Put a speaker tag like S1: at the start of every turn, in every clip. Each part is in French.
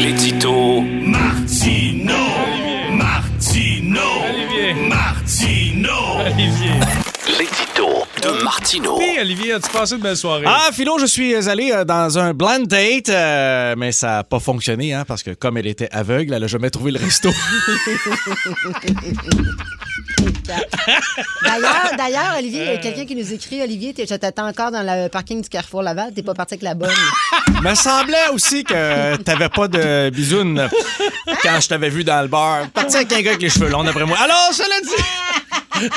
S1: L'édito
S2: Martino, Martino,
S3: Olivier.
S2: Martino.
S3: Olivier.
S1: L'édito de Martineau.
S3: Hey, Olivier, as-tu passé une belle soirée?
S4: Ah, Philo, je suis allé euh, dans un blind date, euh, mais ça n'a pas fonctionné, hein, parce que comme elle était aveugle, elle n'a jamais trouvé le resto.
S5: D'ailleurs, d'ailleurs, Olivier, il y a quelqu'un qui nous écrit Olivier, t'es- je t'attends encore dans le parking du Carrefour Laval, t'es pas parti avec la bonne.
S4: me semblait aussi que t'avais pas de bisoune quand je t'avais vu dans le bar. Parti avec un gars avec les cheveux longs, d'après moi. Alors, cela dit...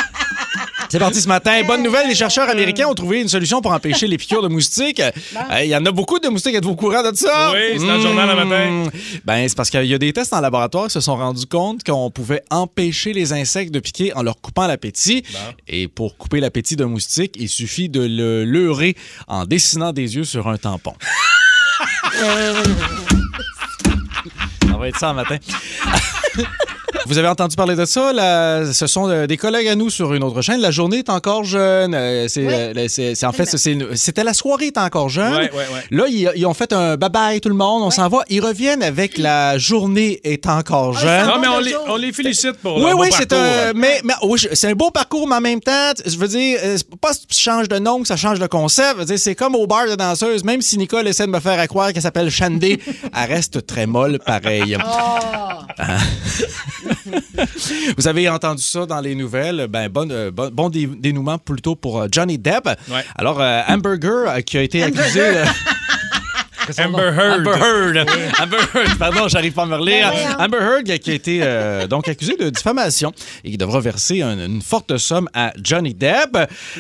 S4: C'est parti ce matin. Bonne nouvelle, les chercheurs américains ont trouvé une solution pour empêcher les piqûres de moustiques. Euh, Il y en a beaucoup de moustiques, êtes-vous au courant de ça?
S3: Oui, c'est dans le journal le matin.
S4: Ben, c'est parce qu'il y a des tests en laboratoire qui se sont rendus compte qu'on pouvait empêcher les insectes de piquer en leur coupant l'appétit. Et pour couper l'appétit d'un moustique, il suffit de le leurrer en dessinant des yeux sur un tampon. ça va être ça un matin. Vous avez entendu parler de ça. là, ce sont euh, des collègues à nous sur une autre chaîne. La journée est encore jeune. euh, c'est,
S5: Oui.
S4: euh, c'est- c'est- en fait, c'est une- c'était la soirée est encore jeune.
S3: Ouais, ouais, ouais.
S4: Là, ils, ils ont fait un bye-bye tout le monde. On s'en va. Ils reviennent avec la journée est encore
S5: ils s'en
S4: jeune.
S3: non, mais on les,
S5: Bonjour.
S3: on les félicite pour
S4: Oui,
S3: leur
S4: oui,
S3: beau
S4: c'est
S3: parcours.
S4: un, mais, mais- oui, je- c'est un beau parcours, mais en même temps, t- je veux dire, euh, c'est pas si tu changes de nom que ça change le concept. Je veux dire, C'est comme au bar de danseuse. Même si Nicole essaie de me faire à croire qu'elle s'appelle Shandé, elle reste très molle pareil. Hein? Vous avez entendu ça dans les nouvelles. Ben, bon, euh, bon, bon dé- dénouement plutôt pour euh, Johnny Depp.
S3: Ouais.
S4: Alors, euh, Hamburger, euh, qui a été accusé... euh,
S3: Amber Heard.
S4: Amber Heard. Amber Heard, pardon, j'arrive pas à me
S3: Ben
S4: relire. Amber Heard qui a été euh, donc accusée de diffamation et qui devra verser un- une forte somme à Johnny Depp.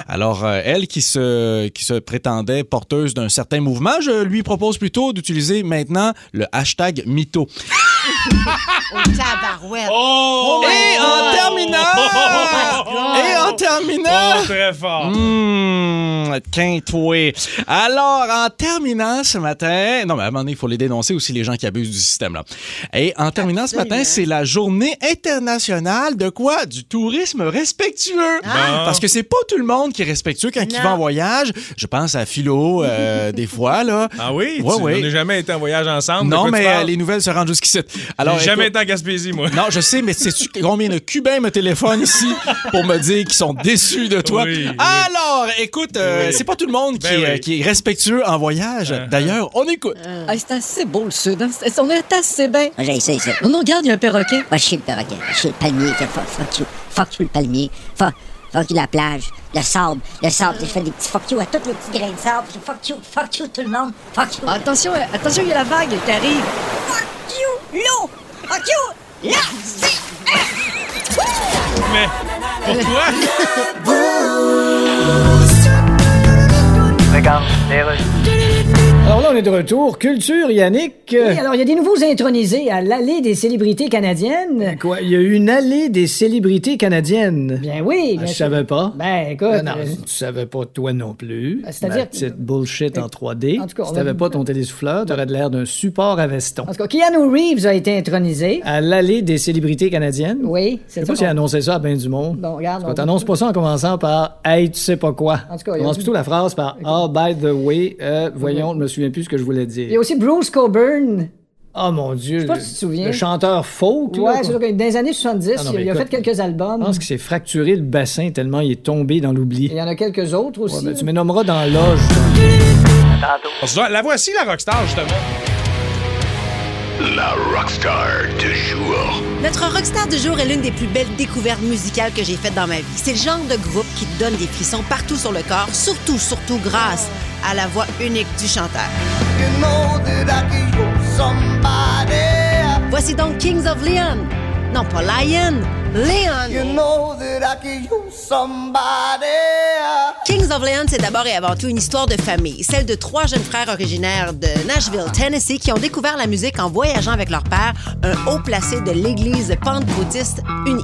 S4: Alors, euh, elle qui se, qui se prétendait porteuse d'un certain mouvement, je lui propose plutôt d'utiliser maintenant le hashtag MeToo.
S5: Oh, tabarouette.
S3: Oh!
S4: Et en terminant! Et en terminant!
S3: Oh, très fort.
S4: Mm. Mmh, quintoué. Alors, en terminant ce matin, non, mais à un moment donné, il faut les dénoncer aussi, les gens qui abusent du système. là. Et en terminant ce matin, c'est la journée internationale de quoi? Du tourisme respectueux.
S3: Ah.
S4: Parce que c'est pas tout le monde qui est respectueux quand il
S5: Non.
S4: va en voyage. Je pense à Philo, euh, des fois, là.
S3: Ah oui?
S4: Ouais,
S3: tu,
S4: ouais.
S3: On n'a jamais été en voyage ensemble. De
S4: Non,
S3: quoi tu
S4: mais euh,
S3: parles?
S4: les nouvelles se rendent jusqu'ici.
S3: J'ai
S4: Alors,
S3: jamais
S4: écoute-
S3: été en Gaspésie, moi.
S4: non, je sais, mais sais-tu combien de Cubains me téléphonent ici pour me dire qu'ils sont déçus de toi?
S3: Oui, oui.
S4: Alors, écoute, euh,
S3: Oui.
S4: c'est pas tout le monde qui,
S3: Ben
S4: est-
S3: oui. ah.
S4: qui est respectueux en voyage. D'ailleurs, on écoute.
S6: Ah, c'est assez beau le sud. hein. C'est- On est assez bien.
S7: Moi, j'ai essayé ça.
S6: Non, non, regarde, il y a un perroquet.
S7: Moi, je suis le perroquet. Je suis le palmier. Je- Fuck, fuck you. Fuck you, le palmier. Fuck, fuck you, la plage. Le sable. Le sable. Je fais des petits fuck you à tous les petits grains de sable. Je- Fuck you. Fuck you, tout le monde. Fuck you.
S6: Attention, euh, attention, il y a la vague qui arrive.
S7: Fuck you, l'eau. Fuck you, la vie.
S3: Mais pour toi,
S8: Alors là, on est de retour. Culture, Yannick. euh,
S9: Oui, alors il y a des nouveaux intronisés à l'allée des célébrités canadiennes.
S8: Ben, Quoi? Il y a une allée des célébrités canadiennes.
S9: Bien Ben oui,
S8: Ah,
S9: bien
S8: je
S9: sûr.
S8: savais pas.
S9: Ben écoute,
S8: Ben non,
S9: euh,
S8: tu savais pas toi non plus.
S9: Ah, c'est-à-dire Ben,
S8: Ma petite bullshit en 3D.
S9: En tout cas, on
S8: si t'avais
S9: va- Ben,
S8: pas ton télésouffleur, t'aurais de l'air d'un support à veston.
S9: en tout cas, Keanu Reeves a été intronisé.
S8: À l'allée des célébrités canadiennes.
S9: Oui,
S8: Je
S9: c'est
S8: sais
S9: ça.
S8: pas si
S9: qu'on-
S8: annoncé ça à ben du monde.
S9: Bon, regarde.
S8: Quand
S9: on-
S8: t'annonces pas ça en commençant par Hey, tu sais pas quoi.
S9: En tout cas, il y a- Mm-hmm.
S8: Commence plutôt la phrase par Ah, by the way, euh, voyons, je me souviens plus ce que je voulais
S9: Il y a
S8: dire.
S9: aussi Bruce Coburn.
S8: Oh mon Dieu.
S9: pas
S8: le-
S9: si tu te souviens.
S8: Le chanteur folk,
S9: Ouais,
S8: là, quoi.
S9: c'est sûr que dans les années 70,
S8: Ah non,
S9: il a-
S8: mais
S9: il a fait
S8: écoute,
S9: quelques
S8: Je
S9: albums.
S8: pense qu'il s'est fracturé le bassin tellement il est tombé dans l'oubli.
S9: Il y en a quelques autres
S8: Ouais,
S9: aussi.
S8: ben, tu me nommeras dans l'oge.
S3: on se doit- la voici, la rockstar, justement.
S2: La rockstar du jour.
S10: Notre rockstar du jour est l'une des plus belles découvertes musicales que j'ai faites dans ma vie. C'est le genre de groupe qui te donne des frissons partout sur le corps, surtout, surtout grâce à la voix unique du chanteur. Voici donc Kings of Leon. Non, pas Lion, Leon. Kings of Leon, c'est d'abord et avant tout une histoire de famille, celle de trois jeunes frères originaires de Nashville, Tennessee, qui ont découvert la musique en voyageant avec leur père, un haut placé de l'Église pentecôtiste unie.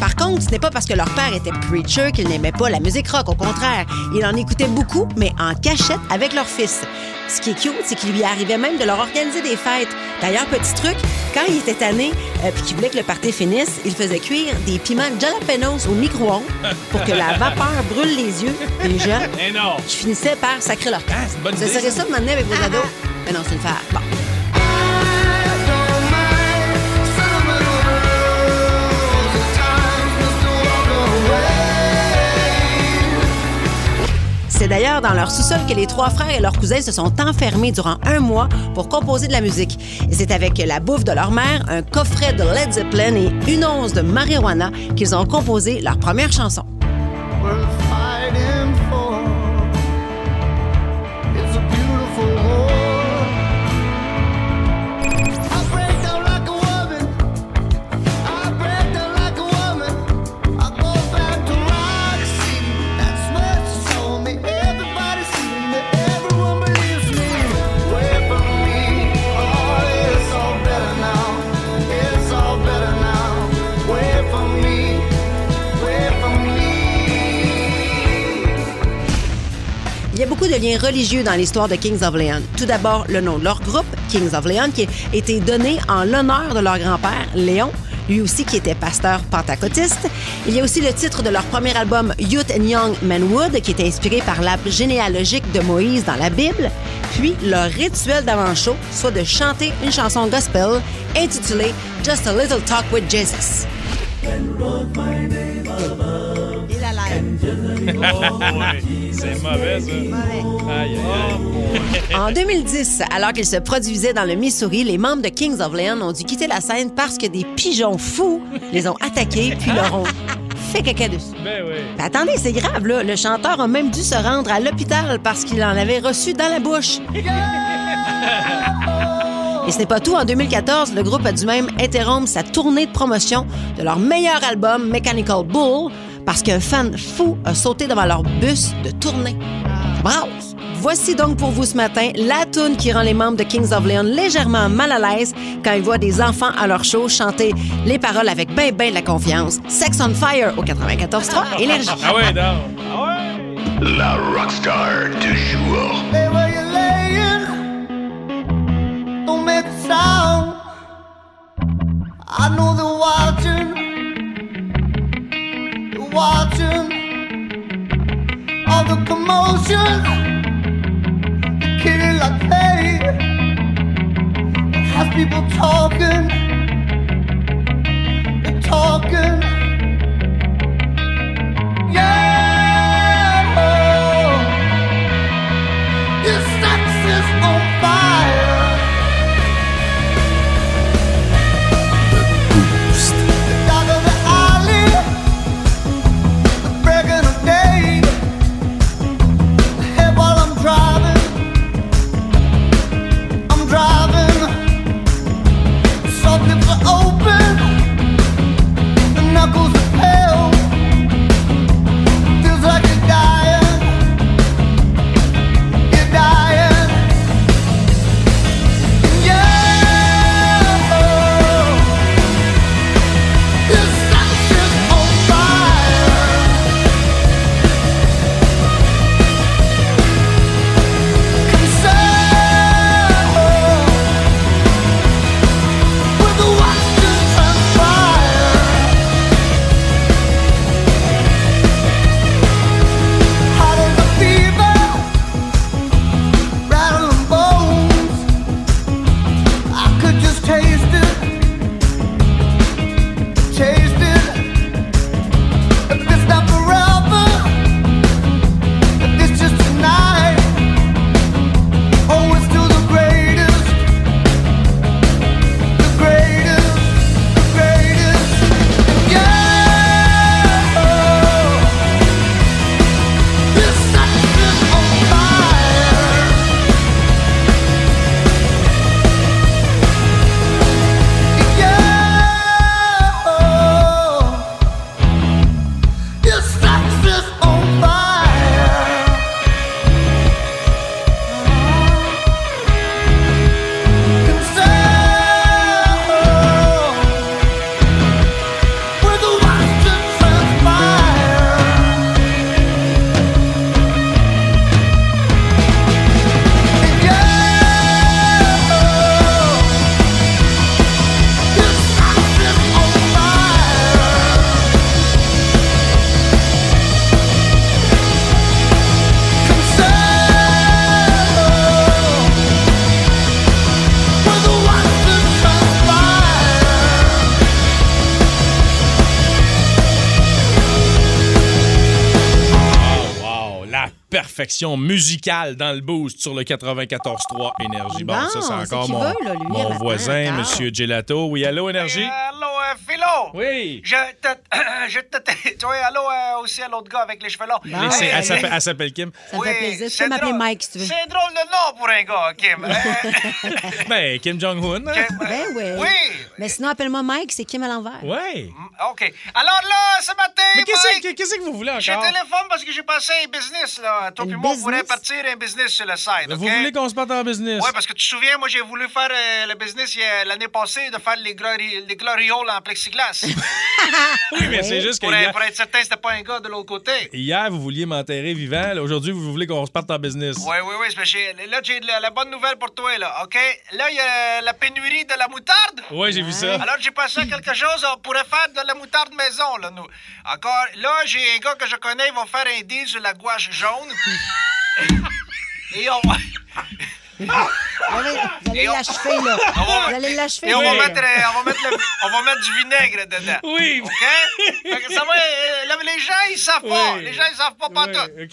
S10: Par contre, ce n'est pas parce que leur père était preacher qu'ils n'aimaient pas la musique rock. Au contraire, ils en écoutaient beaucoup, mais en cachette avec leur fils. Ce qui est cute, c'est qu'il lui arrivait même de leur organiser des fêtes. D'ailleurs, petit truc, quand il était tanné euh, puis qu'il voulait que le party finisse, il faisait cuire des piments jalapenos au micro-ondes pour que la vapeur brûle les yeux des gens
S3: Mais non.
S10: qui finissaient par sacrer leur camp.
S3: Ah, bonne
S10: Vous
S3: idée,
S10: essayerez
S3: ça.
S10: ça de m'amener avec vos ados? Mais non, c'est une faire. Bon. C'est d'ailleurs dans leur sous-sol que les trois frères et leurs cousins se sont enfermés durant un mois pour composer de la musique. Et c'est avec la bouffe de leur mère, un coffret de Led Zeppelin et une once de marijuana qu'ils ont composé leur première chanson. Il y a beaucoup de liens religieux dans l'histoire de Kings of Leon. Tout d'abord, le nom de leur groupe, Kings of Leon, qui a été donné en l'honneur de leur grand-père, Léon, lui aussi qui était pasteur pentecôtiste. Il y a aussi le titre de leur premier album, Youth and Young Manwood, qui était inspiré par l'arbre généalogique de Moïse dans la Bible. Puis, leur rituel d'avant-show, soit de chanter une chanson gospel intitulée Just a Little Talk with Jesus. Il a l'air.
S3: C'est mauvais, ça. Aïe, aïe, aïe.
S10: En 2010, alors qu'ils se produisaient dans le Missouri, les membres de Kings of Leon ont dû quitter la scène parce que des pigeons fous les ont attaqués puis leur ont fait caca dessus.
S3: Ben oui.
S10: Mais attendez, c'est grave, là. Le chanteur a même dû se rendre à l'hôpital parce qu'il en avait reçu dans la bouche. Et ce n'est pas tout. En 2014, le groupe a dû même interrompre sa tournée de promotion de leur meilleur album, Mechanical Bull, parce qu'un fan fou a sauté devant leur bus de tournée. Bravo! Voici donc pour vous ce matin la tune qui rend les membres de Kings of Leon légèrement mal à l'aise quand ils voient des enfants à leur show chanter les paroles avec ben ben de la confiance. Sex on Fire au 94.3 Énergie.
S3: Ah ouais, non.
S2: La rockstar du jour.
S11: Don't make a sound. I know they're watching. They're watching. All the commotion. They kill like hay. They have people talking. They're talking. Yeah. oh. Your sex is on fire. Open the knuckle
S3: la perfection musicale dans le boost sur le 94.3 Énergie. Bon,
S12: Bon,
S3: ça,
S12: c'est
S3: c'est encore
S12: qui
S3: mon,
S12: veut, là, lui,
S3: mon
S12: matin,
S3: voisin,
S12: tard.
S3: Monsieur Gelato. Oui, allô, Énergie?
S12: Allô, euh, Philo!
S3: Oui!
S12: Je te. je te. Tu vois, allô euh, aussi à l'autre gars avec les cheveux longs.
S3: Mais c'est- ah, elle s'appelle- elle s'appelle Kim.
S12: Ça me fait plaisir.
S10: Tu peux m'appeler Mike, si tu veux.
S12: C'est drôle de nom pour un gars, Kim. Euh,
S3: Ben, Kim Jong-un. hein?
S10: Ben ouais.
S12: Oui.
S10: Mais sinon, appelle-moi Mike, c'est Kim à l'envers.
S3: Ouais.
S12: OK. Alors là, ce matin.
S10: Mais qu'est-ce
S12: Mike,
S3: que- qu'est-ce que vous voulez encore?
S12: Je téléphone parce que j'ai passé un business, là. Toi puis moi, on pourrait partir un business sur le site.
S3: Vous voulez qu'on se parte en business?
S12: Oui, parce que tu te souviens, moi, j'ai voulu faire euh, le business euh, l'année passée de faire les, glori- les glorioles en plexiglas.
S3: Oui, mais c'est juste que
S12: Pour,
S3: hier-
S12: pour être certain, c'était pas un gars de l'autre côté.
S3: Hier, vous vouliez m'enterrer vivant. là, Aujourd'hui, vous voulez qu'on se parte en business.
S12: Oui, oui, oui. c'est parce que Là, j'ai de la, la bonne nouvelle pour toi, là, OK? Là, il y a la pénurie de la moutarde.
S3: Ouais, j'ai vu ça.
S12: Alors, j'ai pensé à quelque chose. On pourrait faire de la moutarde maison, là, nous. Encore, là, j'ai un gars que je connais. Ils vont faire un deal sur la gouache jaune. Et on va...
S5: Vous allez- vous allez l'achever, là. Vous allez l'achever.
S12: Et on va
S5: là.
S12: mettre, euh, on va mettre le- on va mettre du vinaigre dedans.
S3: Oui.
S12: OK? Hein? Fait que ça va, euh, là, les gens, ils savent pas.
S3: Oui. Euh,
S12: Les gens, ils savent pas pas tout.
S3: OK.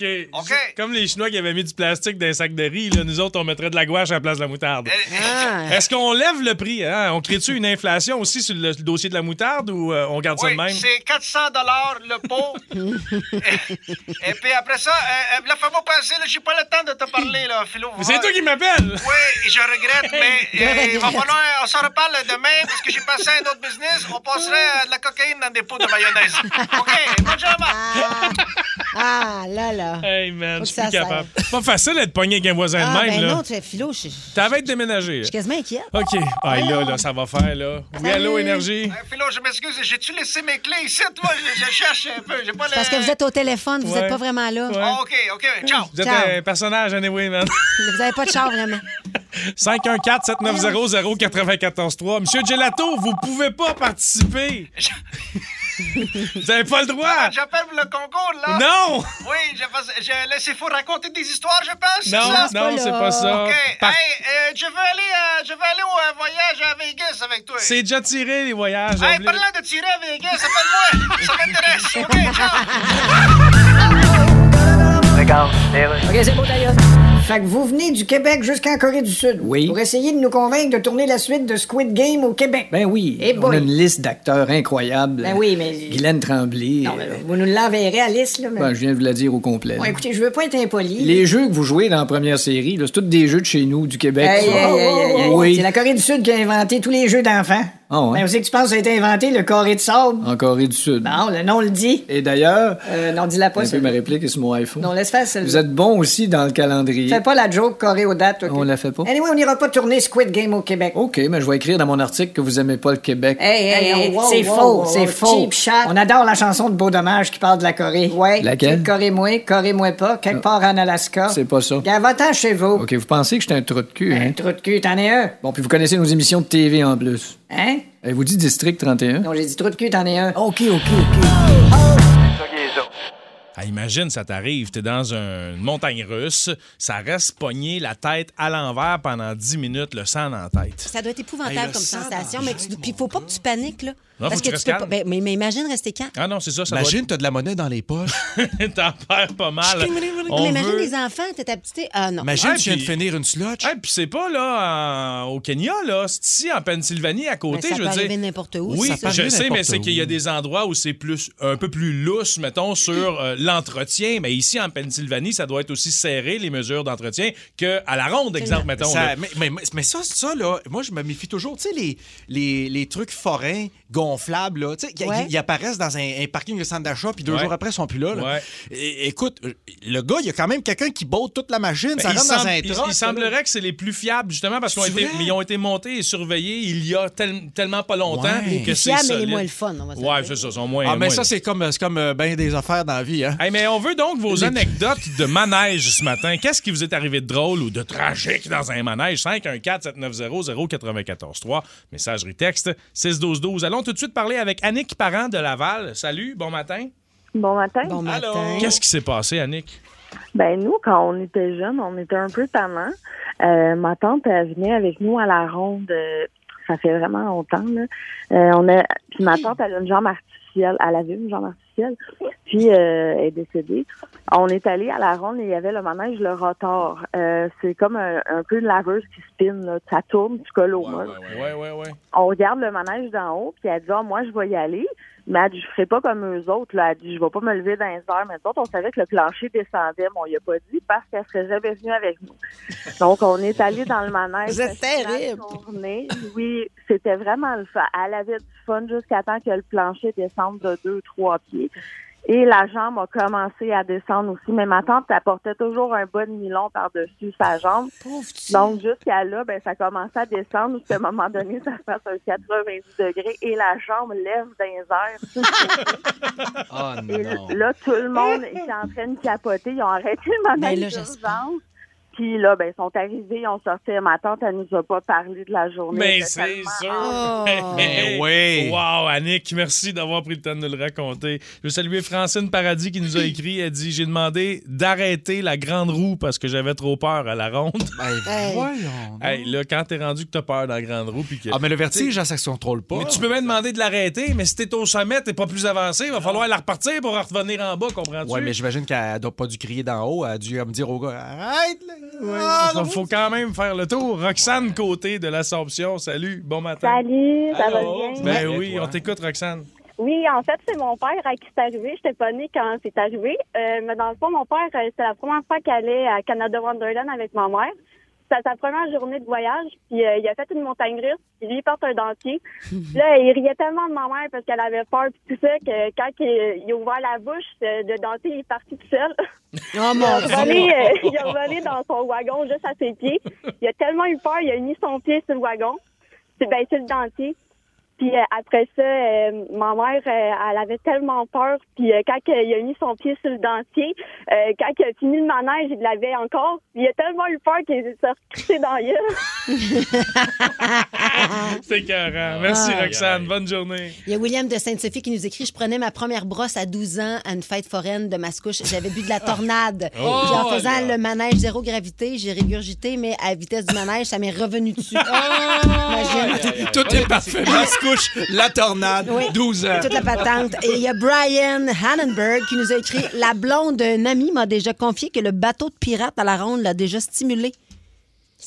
S3: C'est Comme les Chinois qui avaient mis du plastique dans un sac de riz, là, nous autres, on mettrait de la gouache à la place de la moutarde.
S9: Eh.
S12: Ah.
S3: Est-ce qu'on lève le prix? hein? On crée-tu une inflation aussi sur le, le dossier de la moutarde ou euh, on garde ça
S12: Oui,
S3: de même?
S12: c'est 400 le pot. et, et puis après ça, euh, euh, là, fais-moi penser, là, j'ai pas le temps de te parler, là, Philo.
S3: Mais c'est toi qui m'appelles!
S12: Oui, je regrette, mais
S3: Je
S12: euh, il va
S3: regrette.
S12: falloir, on s'en reparle demain parce que j'ai passé un autre business. On passerait euh, de la cocaïne dans des pots de mayonnaise. OK, bonjour,
S5: Ah, là, là.
S3: Hey, man,
S5: Faut
S3: je suis
S5: que ça
S3: plus
S5: serve.
S3: capable. C'est pas facile d'être pogné avec un voisin
S5: Ah,
S3: de même,
S5: ben
S3: là.
S5: non, tu fais philo, je je suis
S3: T'avais de déménager.
S5: quasiment inquiète.
S3: OK. Ah, là, là, ça va faire, là. Oui, allô,
S5: Salut.
S3: Énergie?
S12: Euh, Philo, je m'excuse, j'ai-tu laissé mes clés ici? Moi, je, je cherche un peu. J'ai pas
S5: C'est parce que vous êtes au téléphone, vous
S3: Ouais.
S5: n'êtes pas vraiment là.
S12: Ah, OK, OK, ciao.
S3: Vous êtes
S5: Ciao.
S3: un personnage, anyway, man.
S5: Vous n'avez pas de char, vraiment.
S3: 514-790-0943. Monsieur Gelato, vous pouvez pas participer. vous avez pas le droit.
S12: J'appelle pour le concours, là.
S3: Non!
S12: Oui, je pense- je laissez faut raconter des histoires, je pense.
S3: Non,
S12: c'est ça?
S3: non, c'est pas ça.
S12: OK.
S3: Par-
S12: Hey, euh, je veux aller, euh, je veux aller au euh, voyage à Vegas avec toi.
S3: C'est déjà tiré, les voyages.
S12: Hey,
S3: Oublie-
S12: parlant de tirer à Vegas, appelle-moi. ça m'intéresse. OK, ciao.
S9: OK, c'est beau d'ailleurs. Fait que vous venez du Québec jusqu'en Corée du Sud.
S8: Oui.
S9: Pour essayer de nous convaincre de tourner la suite de Squid Game au Québec.
S8: Ben oui,
S9: Eh
S8: on a
S9: boy.
S8: une liste d'acteurs incroyables.
S9: Ben oui, mais-
S8: Guylaine Tremblay. euh,
S9: Non, mais vous nous l'enverrez à liste, là. Mais...
S8: Ben, je viens de vous la dire au complet. là.
S9: Bon, écoutez, je veux pas être impoli.
S8: Les jeux que vous jouez dans la première série, là, c'est tous des jeux de chez nous, du Québec.
S9: Hey,
S8: ça.
S9: hey, hey, hey, hey.
S8: Oui.
S9: C'est la Corée du Sud qui a inventé tous les jeux d'enfants.
S8: Ah ouais?
S9: Ben, vous savez que tu penses que ça a été inventé, le carré de sable?
S8: En Corée du Sud.
S9: Bon, le nom le dit.
S8: Et d'ailleurs,
S9: Euh, non, dis-la pas,
S8: un peu
S9: celle-là.
S8: ma réplique est sur mon iPhone.
S9: Non, laisse faire celle-là.
S8: vous êtes bon aussi dans le calendrier.
S9: Fais pas la joke carré aux dates, OK?
S8: On la fait pas.
S9: Anyway, on n'ira pas tourner Squid Game au Québec.
S8: OK, mais je vais écrire dans mon article que vous aimez pas le Québec.
S9: Hey, hey,
S11: Hey, oh,
S9: hey,
S11: wow,
S9: c'est
S11: wow,
S9: faux,
S11: wow,
S9: c'est
S11: wow,
S9: faux.
S11: cheap shot.
S9: On adore la chanson de Beau Dommage qui parle de la Corée. Ouais.
S8: Laquelle?
S9: Corée moins, Corée moins pas, quelque part en Alaska.
S8: C'est pas ça.
S9: Gars, va-t'en chez vous.
S8: OK, vous pensez que j'étais un trou de cul, hein?
S9: Trou de cul, t'en es un.
S8: Bon, puis vous connaissez nos émissions de TV en plus.
S9: Hein?
S8: Elle vous dit District 31?
S9: Non, j'ai dit trou de cul, t'en es un.
S8: OK, OK, OK.
S3: Ah, imagine, ça t'arrive, t'es dans un- une montagne russe, ça reste pogné la tête à l'envers pendant 10 minutes, le sang dans la tête.
S10: Ça doit être épouvantable
S3: Hey, le
S10: comme
S3: sang
S10: sensation, mais tu, puis faut pas que tu paniques là,
S3: Non, faut
S10: parce
S3: que tu
S10: tu
S3: restes
S10: peux
S3: calme.
S10: pas. ben, mais, mais imagine rester calme.
S3: Ah non, c'est ça, ça
S4: Imagine, t'as de la monnaie dans les poches.
S3: doit... T'en perds pas mal. On
S10: mais imagine
S3: veut-
S10: les enfants, t'es ta petite, ah non.
S3: Imagine, tu viens de
S4: finir une slotch.
S3: puis c'est pas là en- au Kenya, là. C'est ici, en Pennsylvanie, à côté,
S10: Ben, ça
S3: je
S10: peut
S3: veux
S10: arriver
S3: dire.
S10: n'importe où,
S3: Oui,
S10: ça. Ça peut
S3: je
S10: arriver
S3: sais, mais
S10: n'importe
S3: c'est qu'il y a des endroits où c'est plus un peu plus lousse, mettons, sur euh, l'entretien. Mais ici, en Pennsylvanie, ça doit être aussi serré, les mesures d'entretien, qu'à la ronde, exemple, mettons.
S4: Ça-
S3: là.
S4: mais, mais- mais ça, ça, là, moi, je me méfie toujours. Tu sais, les, les, les trucs forains gonflables, là, tu sais, qui-
S3: Ouais.
S4: ils apparaissent dans un, un parking de centre d'achat, puis deux
S3: Ouais.
S4: jours après, ils sont plus là. là.
S3: Ouais.
S4: É- écoute, le gars, il y a quand même quelqu'un qui botte toute la machine,
S3: Ben,
S4: ça
S3: il
S4: rentre dans
S3: semble-
S4: un
S3: il-
S4: truck.
S3: il semblerait que c'est les plus fiables, justement, parce qu'ils ont,
S4: C'est
S3: été-
S4: vrai?
S3: mais ils ont été montés et surveillés il y a tel- tellement pas longtemps
S4: Ouais. Les
S3: que
S4: plus
S3: c'est
S4: fiables et les
S3: solide.
S4: moins le fun, on va se
S3: Ouais, c'est ça, ils sont moins.
S4: Ah, mais
S3: moins-
S4: ça, c'est comme, c'est comme euh, ben des affaires dans la vie. Hein?
S3: Hey, mais on veut donc vos anecdotes de manège ce matin. Qu'est-ce qui vous est arrivé de drôle ou de tragique dans un manège? 514-790-0943. Messagerie texte 612-12. Allons tout de suite parler avec Annick Parent de Laval. Salut, bon matin.
S13: Bon matin.
S3: Qu'est-ce qui s'est passé, Annick?
S13: Ben nous, quand on était jeunes, on était un peu tannants. Euh, ma tante, elle venait avec nous à la ronde. euh, ça fait vraiment longtemps. Là. Euh, on a, puis ma tante, elle a une jambe artificielle. Elle avait une jambe artificielle. puis euh, elle est décédée. On est allé à la ronde et il y avait le manège le rotor. Euh, c'est comme un, un peu une laveuse qui spinne, là. ça tourne, tu colles au mur.
S3: Ouais, ouais, ouais.
S13: On regarde le manège d'en haut, puis elle dit Ah, moi, je vais y aller. Mais elle dit Je ferai pas comme eux autres. Là. Elle dit Je vais pas me lever dans les heures. Mais nous autres, on savait que le plancher descendait, mais on y a pas dit parce qu'elle serait jamais venue avec nous. Donc, on est allé dans le manège.
S14: C'est terrible.
S13: La journée. Oui, c'était vraiment le fun. Elle avait du fun jusqu'à temps que le plancher descende de deux, trois pieds. Et la jambe a commencé à descendre aussi. Mais ma tante, elle portait toujours un bas de nylon par-dessus sa jambe. Donc, jusqu'à là, ben, ça commençait à descendre. Jusqu'à un moment donné, ça passe un 90 degrés et la jambe lève dans les airs.
S4: Oh
S13: Et
S4: non.
S13: là, tout le monde était en train de capoter. Ils ont arrêté le
S12: Mais
S13: manège
S12: là,
S13: d'urgence. Puis là, ben, ils sont arrivés, ils ont sorti. Ma tante, elle nous a pas parlé de la journée.
S3: Mais
S13: Elle était
S3: c'est
S13: tellement
S3: sûr.
S4: Mais Eh oui.
S3: Wow, Annick, merci d'avoir pris le temps de nous le raconter. Je veux saluer Francine Paradis qui nous a écrit. Elle dit J'ai demandé d'arrêter la grande roue parce que j'avais trop peur à la ronde.
S4: Hey. Ben, voyons
S3: Hey, là, quand t'es rendu que t'as peur de la grande roue. Puis que,
S4: Ah, mais le vertige, ça se contrôle pas.
S3: Mais tu peux même demander de l'arrêter, mais si t'es au sommet, t'es pas plus avancé, il va falloir la repartir pour revenir en bas, comprends-tu?
S4: Ouais, mais j'imagine qu'elle doit pas dû crier d'en haut. Elle a dû euh, me dire au gars Arrête, là.
S3: Ah, Il faut quand même faire le tour. Roxane Côté de l'Assomption, salut, bon matin.
S15: Salut, ça va
S3: Hello.
S15: bien?
S3: Ben oui, on t'écoute, Roxane.
S15: Oui, en fait, c'est mon père à qui c'est arrivé. J'étais pas née quand c'est arrivé. Euh, mais dans le fond, mon père, euh, c'était la première fois qu'il allait à Canada Wonderland avec ma mère. C'était sa première journée de voyage, puis euh, il a fait une montagne russe, puis lui, il porte un dentier. Puis là, il riait tellement de ma mère parce qu'elle avait peur, puis tout ça, que quand il, il a ouvert la bouche, euh, le dentier il est parti tout seul.
S12: Oh, mon
S15: il, a volé,
S12: Dieu.
S15: euh, il a volé dans son wagon juste à ses pieds. Il a tellement eu peur, il a mis son pied sur le wagon. C'est ben, c'est le dentier. Puis euh, après ça, euh, ma mère, euh, elle avait tellement peur. Puis euh, quand euh, il a mis son pied sur le dentier, euh, quand il a fini le manège, il l'avait encore. Puis il a tellement eu peur qu'il s'est recruté dans la gueule.
S3: C'est carré. Merci,
S10: Ah.
S3: Roxane. Bonne journée.
S10: Il y a William de Sainte-Sophie qui nous écrit Je prenais ma première brosse à 12 ans à une fête foraine de Mascouche. J'avais bu de la tornade.
S12: Oh.
S10: Puis en faisant
S12: Oh,
S10: le manège zéro gravité, j'ai régurgité, mais à la vitesse du manège, ça m'est revenu dessus.
S3: Oh!
S10: Imagine.
S4: Tout est parfait. La couche, la tornade, 12 ans.
S10: Toute la patente. Et il y a Brian Hannenberg qui nous a écrit La blonde d'un ami m'a déjà confié que le bateau de pirate à la ronde l'a déjà stimulé.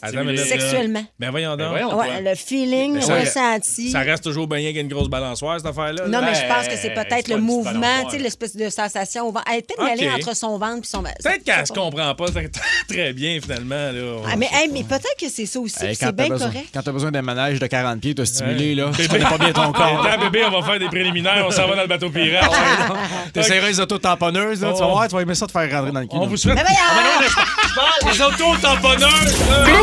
S3: Attends, mais là, là-
S10: Sexuellement.
S3: Ben voyons donc.
S10: Ouais, le feeling,
S3: Ben,
S10: le
S3: ça-
S10: ressenti.
S3: Ça reste toujours bien qu'une grosse balançoire, cette affaire-là.
S10: Non, mais
S3: Ben,
S10: je pense que c'est peut-être
S3: pas
S10: le
S3: une petite
S10: mouvement,
S3: balançoire.
S10: tu sais, l'espèce de sensation au ventre. Elle est peut-être
S3: Ok.
S10: mêlée entre son ventre et son ventre.
S3: Peut-être qu'elle se comprend pas très, très bien, finalement. Là.
S10: Ah, mais, hey, mais peut-être que c'est ça aussi,
S4: Hey,
S10: puis
S4: quand
S10: c'est bien
S4: t'as besoin-
S10: correct.
S4: Quand t'as besoin d'un manège de 40 pieds, t'as stimulé, là. Tu
S3: Bébé.
S4: connais pas bien ton corps. Ah
S3: Attends, bébé, on va faire des préliminaires, on s'en va dans le bateau pirate.
S4: T'essaieras les auto-tamponneuses, là. Tu
S3: Oh.
S4: vas voir, tu vas aimer ça te faire rentrer dans le cul. On vous
S3: souhaite.
S10: Ah,
S3: Les auto-tamponneuses!
S16: Plus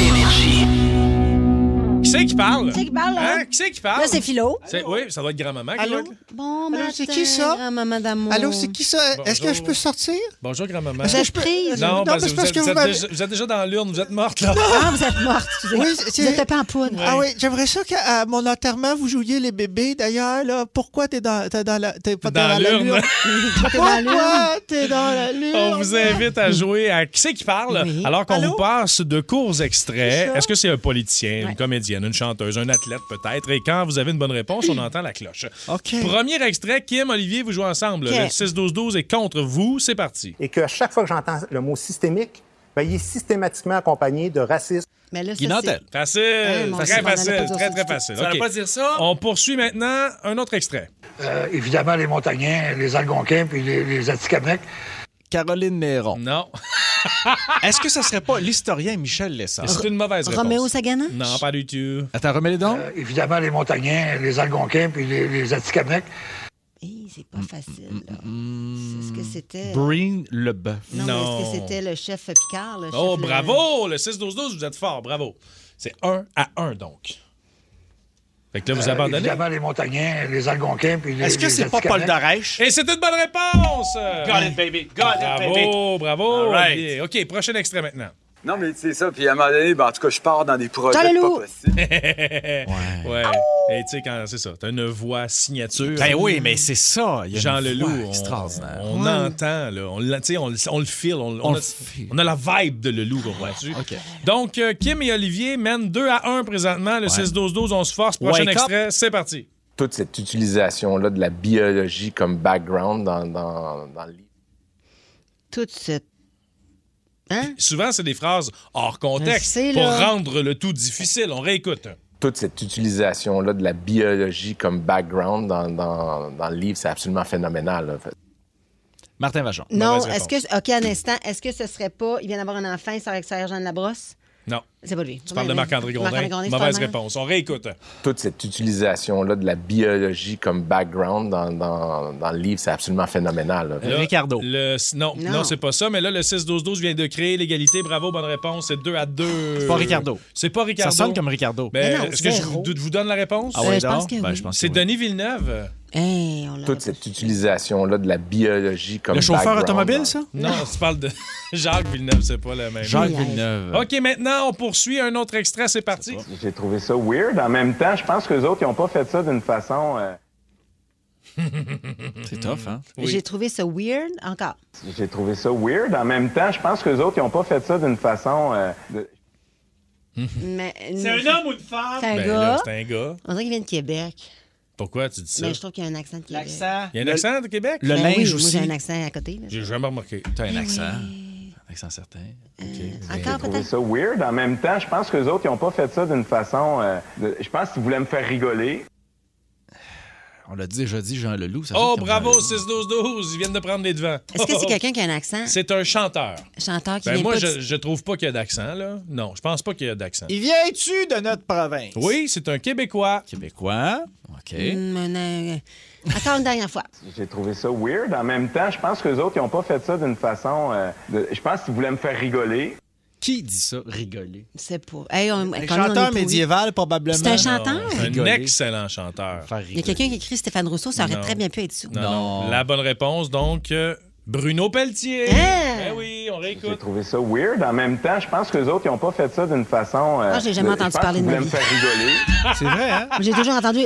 S17: Énergie.
S3: Qui c'est qui parle?
S10: Qui c'est qui parle, là?
S3: Hein? Qui c'est qui parle?
S10: Là, c'est Philo.
S3: C'est- Oui, ça doit être grand-maman. qui doit être là.
S10: Bon,
S12: Allô, c'est
S10: matin,
S12: qui ça?
S10: grand-maman d'amour.
S12: Allô, c'est qui ça? Est-ce que je peux sortir?
S3: Bonjour, grand-maman.
S12: Je suis prise.
S3: Non,
S12: Non,
S3: parce,
S12: mais
S3: que
S12: c'est
S3: vous,
S12: parce
S3: êtes,
S12: que
S3: vous
S12: vous
S3: êtes
S12: m'avez-
S3: déjà, vous êtes déjà dans l'urne, vous êtes morte, là.
S10: Ah, vous êtes morte. excusez.
S12: Oui,
S10: vous
S12: c'est-
S10: êtes tapé en poudre.
S12: Ah oui, j'aimerais ça qu'à à mon enterrement, vous jouiez les bébés. D'ailleurs, là, pourquoi t'es dans, t'es dans la... T'es pas
S3: Dans
S12: dans, la
S3: l'urne.
S12: lune?
S10: t'es dans la
S12: pourquoi
S10: lune?
S12: t'es dans la lune?
S3: On vous invite à jouer à Qui c'est qui parle? Alors qu'on vous passe de courts extraits. Est-ce que c'est un politicien, une comédienne, une chanteuse, un athlète peut-être? Et quand vous avez une bonne réponse, on entend la cloche. Premier extrait, Kim, Olivier, vous jouez ensemble.
S6: Ok.
S3: Le 6-12-12 est contre vous. C'est parti.
S6: Et qu'à chaque fois que j'entends le mot systémique, ben, il est systématiquement accompagné de racisme.
S10: Mais là,
S3: Facile,
S6: Eh, mon
S3: très
S6: Dieu, on
S3: facile,
S6: allait pas dire
S3: très
S6: ça
S3: très
S6: du tout.
S3: facile.
S6: Ça allait
S3: Ok.
S6: pas dire ça?
S3: On poursuit maintenant un autre extrait.
S18: Euh, évidemment, les Montagnens, les Algonquins, puis les, les Atikamekw.
S4: Caroline Néron.
S3: Non.
S4: Est-ce que ça serait pas l'historien Michel Lessard?
S3: C'est une mauvaise réponse.
S10: Roméo Sagana?
S3: Non, pas du tout.
S4: Attends, remets-les donc.
S18: évidemment, les Montagnens, les Algonquins, puis les, les Atikamekw.
S10: C'est pas facile, là. C'est ce que c'était.
S4: Breen Leboeuf.
S10: Non, mais est-ce que c'était le chef Picard? Le
S3: Oh,
S10: chef-
S3: bravo! Le 6-12-12, vous êtes fort, bravo. C'est 1 à 1, donc. Fait que là, vous
S18: Euh,
S3: abandonnez.
S18: évidemment, les Montagnens, les Algonquins, puis les
S3: Est-ce que
S18: les
S3: c'est pas Paul
S18: Atikamekw.
S4: Darèche?
S3: Et c'est une bonne réponse!
S18: Got it, baby. Got it,
S3: bravo,
S18: baby.
S3: Bravo,
S18: All right.
S3: Olivier. OK, prochain extrait maintenant.
S11: Non, mais c'est ça. Puis à un moment donné, ben, en tout cas, je pars dans des projets
S3: Ciao, le
S11: pas
S3: loup.
S11: possibles.
S3: ouais. Et tu sais, quand c'est ça, t'as une voix signature.
S4: Ben oui, mais c'est ça. Il y a
S3: Jean
S4: une
S3: Leloup,
S4: voix
S3: on-
S4: extraordinaire.
S3: On,
S4: Ouais.
S3: entend, là, on, l'a- tu sais, on, le- on le file, on, on
S4: On
S3: a,
S4: le file.
S3: on a la vibe de Leloup, comprends-tu? Donc, euh, Kim et Olivier mènent 2 à 1 présentement, le 6-12-12, on se force. Prochain
S19: Wake up.
S3: extrait, c'est parti.
S19: Toute cette utilisation-là de la biologie comme background dans, dans, dans le livre.
S10: Toute cette.
S3: Souvent, c'est des phrases hors contexte
S19: Je sais,
S3: pour
S19: là.
S3: rendre le tout difficile. On réécoute.
S19: Toute cette utilisation-là de la biologie comme background dans, dans, dans le livre, c'est absolument phénoménal.
S4: Martin Vachon.
S10: Non, est-ce que. OK, un instant. Est-ce que ce serait pas. Il vient d'avoir un enfant, il sort avec Serge Jean de la Brosse?
S3: Non.
S10: C'est pas lui.
S3: Tu parles de Marc-André Gondin.
S10: Marc-André
S3: Mauvaise
S10: Gondin,
S3: réponse. On réécoute.
S19: Toute cette utilisation-là de la biologie comme background dans, dans, dans le livre, c'est absolument phénoménal.
S20: Euh,
S3: Là, le- non, non.
S19: Non.
S3: c'est pas ça. Mais là, le 6-12-12 vient de créer l'égalité. Bravo, bonne réponse. C'est 2 à 2.
S4: C'est pas Ricardo.
S3: C'est pas Ricardo.
S4: Ça sonne comme Ricardo.
S3: Ben,
S4: Mais non,
S3: Est-ce que je vous,
S4: zéro.
S3: vous donne la réponse?
S4: Ah ouais, Euh, je donc? pense que Ben, oui. je pense que
S3: C'est
S4: oui.
S3: Denis Villeneuve.
S19: Toute cette utilisation-là de la biologie comme
S3: Le chauffeur
S19: background
S3: automobile,
S19: dans-
S3: ça? Non, tu parles de Jacques Villeneuve, c'est pas le même.
S19: Jacques Villeneuve.
S3: OK, maintenant, on poursuit un autre extrait. C'est parti.
S20: J'ai trouvé ça weird. En même temps, je pense que les autres, ils n'ont pas fait ça d'une façon. euh,
S4: C'est tough, hein?
S10: J'ai trouvé ça weird encore.
S20: J'ai trouvé ça weird. En même temps, je pense que les autres, ils n'ont pas fait ça d'une façon. euh, de-
S10: Mais- euh,
S20: C'est un homme ou une femme?
S10: C'est un
S3: Ben
S10: gars.
S3: là, c'est un gars.
S10: On dirait qu'il vient de Québec.
S3: Pourquoi tu dis ça?
S10: Mais je trouve qu'il y a un accent de Québec.
S3: Il y a un accent de Québec?
S10: Le Ben linge oui, moi, aussi. j'ai un accent à côté, là.
S3: J'ai jamais remarqué. T'as
S4: un accent.
S3: Un accent certain.
S10: Euh,
S3: ben,
S20: J'ai trouvé ça weird. En même temps, je pense que les autres, ils n'ont pas fait ça d'une façon. euh, de- Je pense qu'ils voulaient me faire rigoler.
S4: On l'a déjà dit, Jean Leloup. Ça
S3: Oh,
S4: sonne comme
S3: bravo, 6-12-12. Ils viennent de prendre les devants.
S10: Est-ce que c'est quelqu'un qui a un accent?
S3: C'est un chanteur.
S10: Chanteur qui
S3: Ben
S10: vient
S3: moi,
S10: pas
S3: je,
S10: du-
S3: je trouve pas qu'il y a d'accent, là. Non, je pense pas qu'il y a d'accent.
S4: Il vient-tu de notre province?
S3: Oui, c'est un Québécois.
S4: Québécois. OK.
S10: Mm, un- un- Encore une dernière fois.
S20: J'ai trouvé ça weird. En même temps, je pense que les autres, ils n'ont pas fait ça d'une façon. euh, de- Je pense qu'ils voulaient me faire rigoler.
S4: Qui dit ça, rigoler?
S10: C'est pas. Hey, on-
S4: Un
S10: quand même, on est
S4: chanteur
S10: pourri.
S4: médiéval, probablement.
S10: C'est un chanteur?
S3: C'est un
S4: Rigoler.
S3: excellent chanteur.
S10: Il y a quelqu'un qui écrit Stéphane Rousseau, ça aurait
S3: Non.
S10: très bien pu être ça.
S3: Non, non. La bonne réponse, donc, euh, Bruno Pelletier.
S10: Hein? Ah!
S3: Ben oui, on
S20: J'ai
S3: réécoute.
S20: trouvé ça weird. En même temps, je pense que les autres, ils n'ont pas fait ça d'une façon. euh,
S10: Ah, j'ai jamais
S20: de-
S10: entendu
S20: je pense
S10: parler de
S20: qu'ils
S10: ma
S20: voulaient me
S10: vie.
S20: faire rigoler.
S4: C'est vrai, hein?
S10: J'ai toujours entendu.